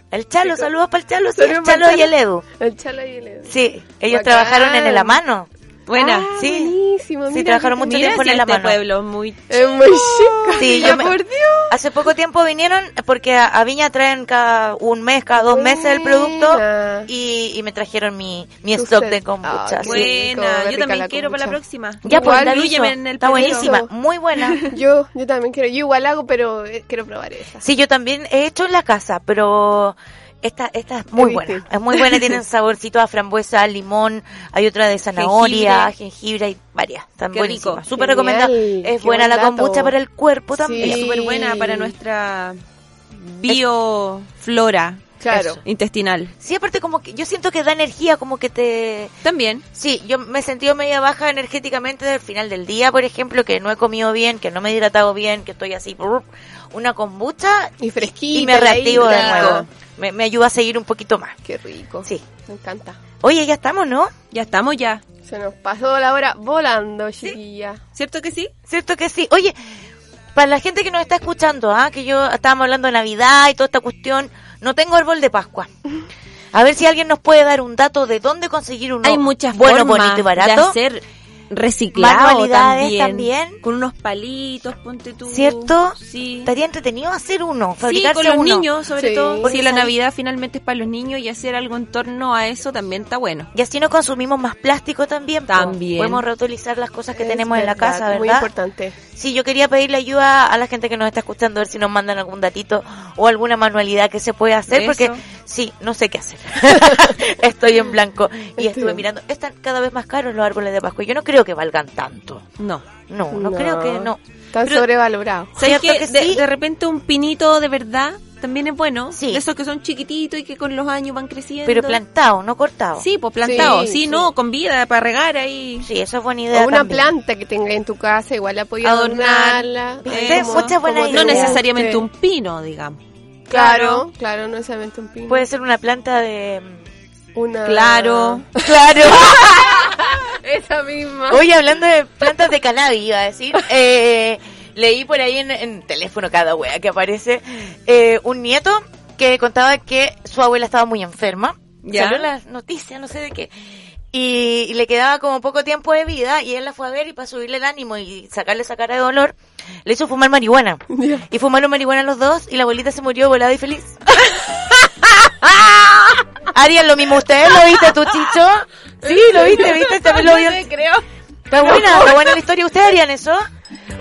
Speaker 2: El Chalo, saludos para el Chalo, sí,
Speaker 4: Saludos
Speaker 2: el Chalo
Speaker 4: pa'l
Speaker 2: y el Edu.
Speaker 4: Al chalo y el.
Speaker 2: Sí, ellos
Speaker 4: Bacán.
Speaker 2: trabajaron en el Amano.
Speaker 3: Buena.
Speaker 4: Ah,
Speaker 2: sí.
Speaker 4: Buenísimo.
Speaker 2: Sí,
Speaker 4: mira,
Speaker 2: trabajaron
Speaker 4: viste,
Speaker 2: mucho
Speaker 4: mira,
Speaker 2: tiempo en el
Speaker 3: este
Speaker 2: Amano.
Speaker 3: pueblo muy
Speaker 4: Es muy chica.
Speaker 2: Sí,
Speaker 4: Ya
Speaker 2: yo me-
Speaker 4: por Dios.
Speaker 2: Hace poco tiempo vinieron porque a, a Viña traen cada un mes, cada dos meses el producto
Speaker 4: Buena.
Speaker 2: y, y me trajeron mi, mi
Speaker 4: Tu
Speaker 2: stock
Speaker 4: set.
Speaker 2: de kombucha.
Speaker 4: Ah,
Speaker 2: sí.
Speaker 4: qué rico, qué
Speaker 3: buena. Yo
Speaker 4: rica
Speaker 3: también
Speaker 4: la
Speaker 3: quiero para la
Speaker 4: kombucha.
Speaker 3: próxima.
Speaker 2: Ya, pues,
Speaker 4: Igual,
Speaker 2: la
Speaker 3: inclúyeme en el
Speaker 2: Está buenísima,
Speaker 4: proceso.
Speaker 2: muy buena.
Speaker 4: Yo, yo también quiero. Yo igual hago, pero eh, quiero probar esa.
Speaker 2: Sí, yo también he hecho en la casa, pero esta, esta es muy
Speaker 4: ¿Viste?
Speaker 2: buena. Es muy buena, tienen saborcito a frambuesa, a limón, hay otra de zanahoria, jengibre, hay varias. Están
Speaker 3: Qué rico.
Speaker 2: buenísimas. Súper
Speaker 4: Genial,
Speaker 2: recomendada.
Speaker 4: qué
Speaker 2: Es buena
Speaker 4: buen
Speaker 2: la
Speaker 4: dato.
Speaker 2: kombucha para el cuerpo
Speaker 4: Sí.
Speaker 2: también.
Speaker 3: Es súper buena para nuestra bioflora
Speaker 4: Claro.
Speaker 2: Eso.
Speaker 3: intestinal.
Speaker 2: Sí, aparte como que yo siento que da energía, como que te...
Speaker 3: También.
Speaker 2: Sí, yo me he sentido media baja energéticamente al final del día, por ejemplo, que no he comido bien, que no me he hidratado bien, que estoy así, brr, una kombucha
Speaker 4: Y fresquita.
Speaker 2: y me reactivo de
Speaker 4: heladita.
Speaker 2: nuevo. Me, me ayuda a seguir un poquito más.
Speaker 4: Qué rico.
Speaker 2: Sí.
Speaker 4: Me encanta.
Speaker 2: Oye, ya estamos, ¿no?
Speaker 3: Ya estamos ya.
Speaker 4: Se nos pasó la hora volando, chiquilla.
Speaker 3: ¿Cierto que sí?
Speaker 2: ¿Cierto que sí? Oye, para la gente que nos está escuchando, ah, que yo estábamos hablando de Navidad y toda esta cuestión, no tengo árbol de Pascua. A ver si alguien nos puede dar un dato de dónde conseguir uno
Speaker 3: Hay muchas
Speaker 2: bueno,
Speaker 3: formas
Speaker 2: bonito y
Speaker 3: de
Speaker 2: barato.
Speaker 3: hacer reciclado
Speaker 2: Manualidades
Speaker 3: también,
Speaker 2: también.
Speaker 3: Con unos palitos, ponte tú.
Speaker 2: ¿Cierto?
Speaker 3: Sí.
Speaker 2: Estaría entretenido hacer uno,
Speaker 3: Sí,
Speaker 2: fabricarse
Speaker 3: con los
Speaker 2: uno.
Speaker 3: niños, sobre
Speaker 4: Sí.
Speaker 3: todo.
Speaker 2: Porque
Speaker 3: Si la
Speaker 2: sabes-
Speaker 3: Navidad finalmente es para los niños y hacer algo en torno a eso también está bueno.
Speaker 2: Y así no consumimos más plástico también. po.
Speaker 3: También.
Speaker 2: Podemos reutilizar las cosas que
Speaker 4: Es
Speaker 2: tenemos en la
Speaker 4: verdad,
Speaker 2: casa,
Speaker 4: Muy
Speaker 2: ¿verdad?
Speaker 4: importante.
Speaker 2: Sí, yo quería pedirle ayuda a la gente que nos está escuchando, a ver si nos mandan algún datito o alguna manualidad que se puede hacer,
Speaker 3: Eso.
Speaker 2: porque sí, no sé qué hacer. Estoy en blanco y estuve mirando. Están cada vez más caros los árboles de Pascua. Yo no creo que valgan tanto.
Speaker 3: No.
Speaker 2: No, no, creo que no.
Speaker 4: Están
Speaker 2: Pero-
Speaker 4: sobrevalorados.
Speaker 3: ¿Sabes
Speaker 2: ¿Cierto
Speaker 3: que,
Speaker 2: que
Speaker 3: de,
Speaker 2: sí?
Speaker 3: de repente un pinito de verdad también es bueno?
Speaker 2: Sí.
Speaker 3: De esos que son chiquititos y que con los años van creciendo.
Speaker 2: Pero plantado, no cortado.
Speaker 3: Sí, pues plantado.
Speaker 4: Sí,
Speaker 3: Sí,
Speaker 4: sí.
Speaker 3: no, con vida, para regar ahí.
Speaker 2: Sí, eso es buena
Speaker 4: O
Speaker 2: idea.
Speaker 4: una
Speaker 2: también.
Speaker 4: planta que tenga en tu casa, igual la podías
Speaker 3: Adornar.
Speaker 4: adornarla.
Speaker 2: ¿Viste?
Speaker 4: eh, como-
Speaker 2: Muchas buenas
Speaker 4: como te
Speaker 3: No
Speaker 2: idea.
Speaker 4: guste.
Speaker 3: necesariamente un pino, digamos.
Speaker 4: Claro, claro, no necesariamente un pino.
Speaker 2: Puede ser una planta de.
Speaker 4: una...
Speaker 3: Claro.
Speaker 2: Pues, Claro.
Speaker 4: Esa misma.
Speaker 2: Oye, hablando de plantas de cannabis, iba a decir. eh, leí por ahí en, en teléfono cada wea que aparece eh, un nieto que contaba que su abuela estaba muy enferma.
Speaker 3: Ya.
Speaker 2: Salió en las noticias, no sé de qué. Y, y le quedaba como poco tiempo de vida y él la fue a ver y para subirle el ánimo y sacarle esa cara de dolor, le hizo fumar marihuana. Y fumaron marihuana los dos y la abuelita se murió volada y feliz. Ariel, lo mismo ustedes, ¿lo viste tú, Chicho? Sí, lo viste, viste, también lo vio.
Speaker 4: creo.
Speaker 2: Está buena, está buena la historia. ¿Ustedes harían eso?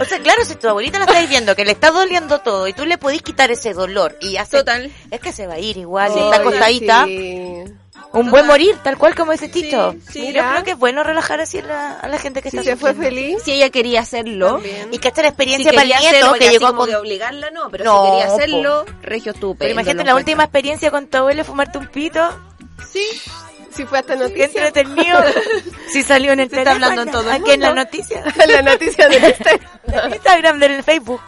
Speaker 2: O sea, claro, si tu abuelita la está viendo, que le está doliendo todo y tú le podís quitar ese dolor y hace...
Speaker 3: Total.
Speaker 2: Es que se va a ir igual,
Speaker 4: Sí,
Speaker 2: si está acostadita.
Speaker 4: sí.
Speaker 2: Un buen morir, tal cual como ese Chicho.
Speaker 3: Sí, sí.
Speaker 2: Yo creo que es bueno relajar así a la, a la gente que
Speaker 4: Si
Speaker 2: está
Speaker 4: se fue
Speaker 2: sufriendo.
Speaker 4: feliz.
Speaker 3: Si ella quería hacerlo.
Speaker 4: También.
Speaker 2: Y que esta es la experiencia
Speaker 3: Si
Speaker 2: para el
Speaker 3: quería
Speaker 2: nieto
Speaker 3: hacerlo,
Speaker 2: que
Speaker 3: ya
Speaker 2: llegó
Speaker 3: así como
Speaker 2: con...
Speaker 3: de obligarla, no, pero
Speaker 2: No,
Speaker 3: si quería hacerlo, regio estupendo.
Speaker 2: Pero imagínate
Speaker 3: lo
Speaker 2: la
Speaker 3: encuentro.
Speaker 2: última experiencia con tu abuelo, fumarte un pito...
Speaker 4: Si fue hasta
Speaker 2: Qué
Speaker 4: noticia.
Speaker 2: entretenido. Si salió en el
Speaker 3: Se está
Speaker 2: teléfono,
Speaker 3: hablando en todo el
Speaker 2: Aquí en la
Speaker 3: mundo.
Speaker 2: noticia.
Speaker 4: la noticia de este.
Speaker 2: En Instagram, del Facebook.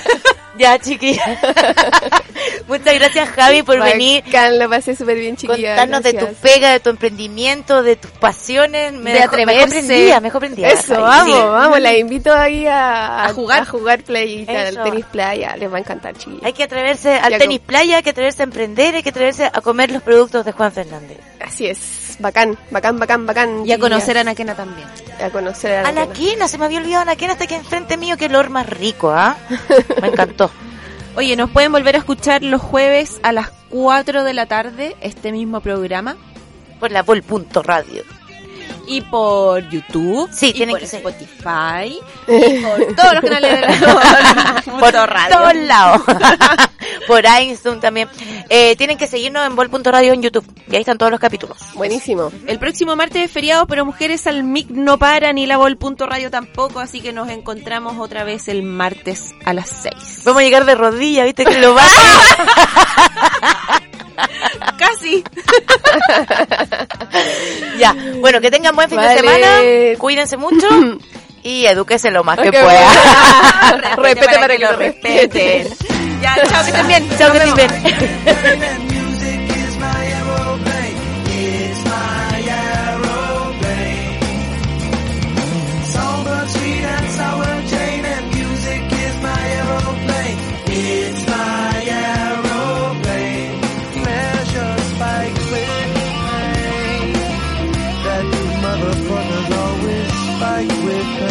Speaker 2: ya, chiquilla. Muchas gracias, Javi, por venir.
Speaker 4: Bacán, lo pasé súper bien, chiquilla.
Speaker 2: Contarnos de tu
Speaker 4: gracias.
Speaker 2: pega, de tu emprendimiento, de tus pasiones. Me
Speaker 3: De
Speaker 2: dejó-
Speaker 3: atreverse.
Speaker 2: Mejor prendida, mejor prendida.
Speaker 4: Eso,
Speaker 2: Javi.
Speaker 4: vamos,
Speaker 2: Sí.
Speaker 4: vamos. La invito ahí a,
Speaker 3: A jugar.
Speaker 4: a jugar playita,
Speaker 2: Eso.
Speaker 4: al tenis playa. Les va a encantar, chiquilla.
Speaker 2: Hay que atreverse al
Speaker 4: Ya,
Speaker 2: tenis playa, hay que atreverse a emprender, hay que atreverse a comer los productos de Juan Fernández.
Speaker 4: Así es. Bacán, bacán, bacán, bacán.
Speaker 3: Y a
Speaker 4: chiquillas.
Speaker 3: conocer a Naquena también.
Speaker 4: A conocer a la Ana.
Speaker 2: Anaquena, se me había olvidado Anaquena, está aquí enfrente mío, qué olor más rico, ¿ah? Me encantó.
Speaker 3: Oye, nos pueden volver a escuchar los jueves a las 4 de la tarde este mismo programa.
Speaker 2: Por la Vol.radio.
Speaker 3: Y por YouTube.
Speaker 2: Sí,
Speaker 3: y
Speaker 2: tienen
Speaker 3: por
Speaker 2: que ser.
Speaker 3: Spotify. Y por todos los canales de la
Speaker 2: por todos lados. por iTunes también. Eh, tienen que seguirnos en Vol.radio en YouTube. Y ahí están todos los capítulos.
Speaker 4: Buenísimo.
Speaker 3: El próximo martes es feriado, pero Mujeres al MIC no para, ni la Vol.radio tampoco, así que nos encontramos otra vez el martes a las 6.
Speaker 2: Vamos a llegar de rodillas, viste que lo va.
Speaker 3: Casi.
Speaker 2: ya. Bueno, que tengan buen fin
Speaker 4: Vale.
Speaker 2: de semana. Cuídense mucho. Y edúquese lo más que
Speaker 4: Ok,
Speaker 2: pueda.
Speaker 4: bueno. Respete para que lo respeten.
Speaker 3: Ya, chao, que estén bien.
Speaker 2: Chao, que estén bien.
Speaker 6: Music is my aeroplane. It's my aeroplane. Songbird, sweet and sour Jane, and music is my aeroplane. It's my aeroplane. Measure spikes with pain. That you motherfuckers always spike with pain.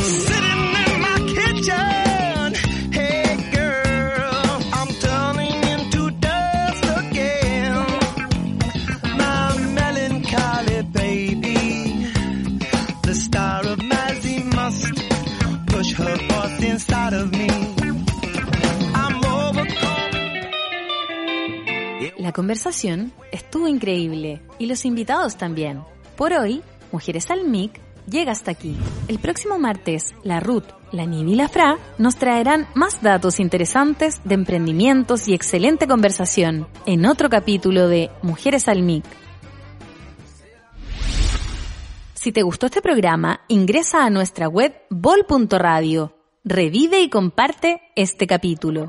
Speaker 6: Sitting in my kitchen, hey girl, I'm turning into dust again. My melancholy baby, the star of Mazzy must push her forth inside of me. I'm overcome.
Speaker 1: La conversación estuvo increíble y los invitados también. Por hoy, Mujeres al MIC llega hasta aquí. El próximo martes, la Ruth, la Nivi y la Fra nos traerán más datos interesantes de emprendimientos y excelente conversación en otro capítulo de Mujeres al MIC. Si te gustó este programa, ingresa a nuestra web bol.radio. Revive y comparte este capítulo.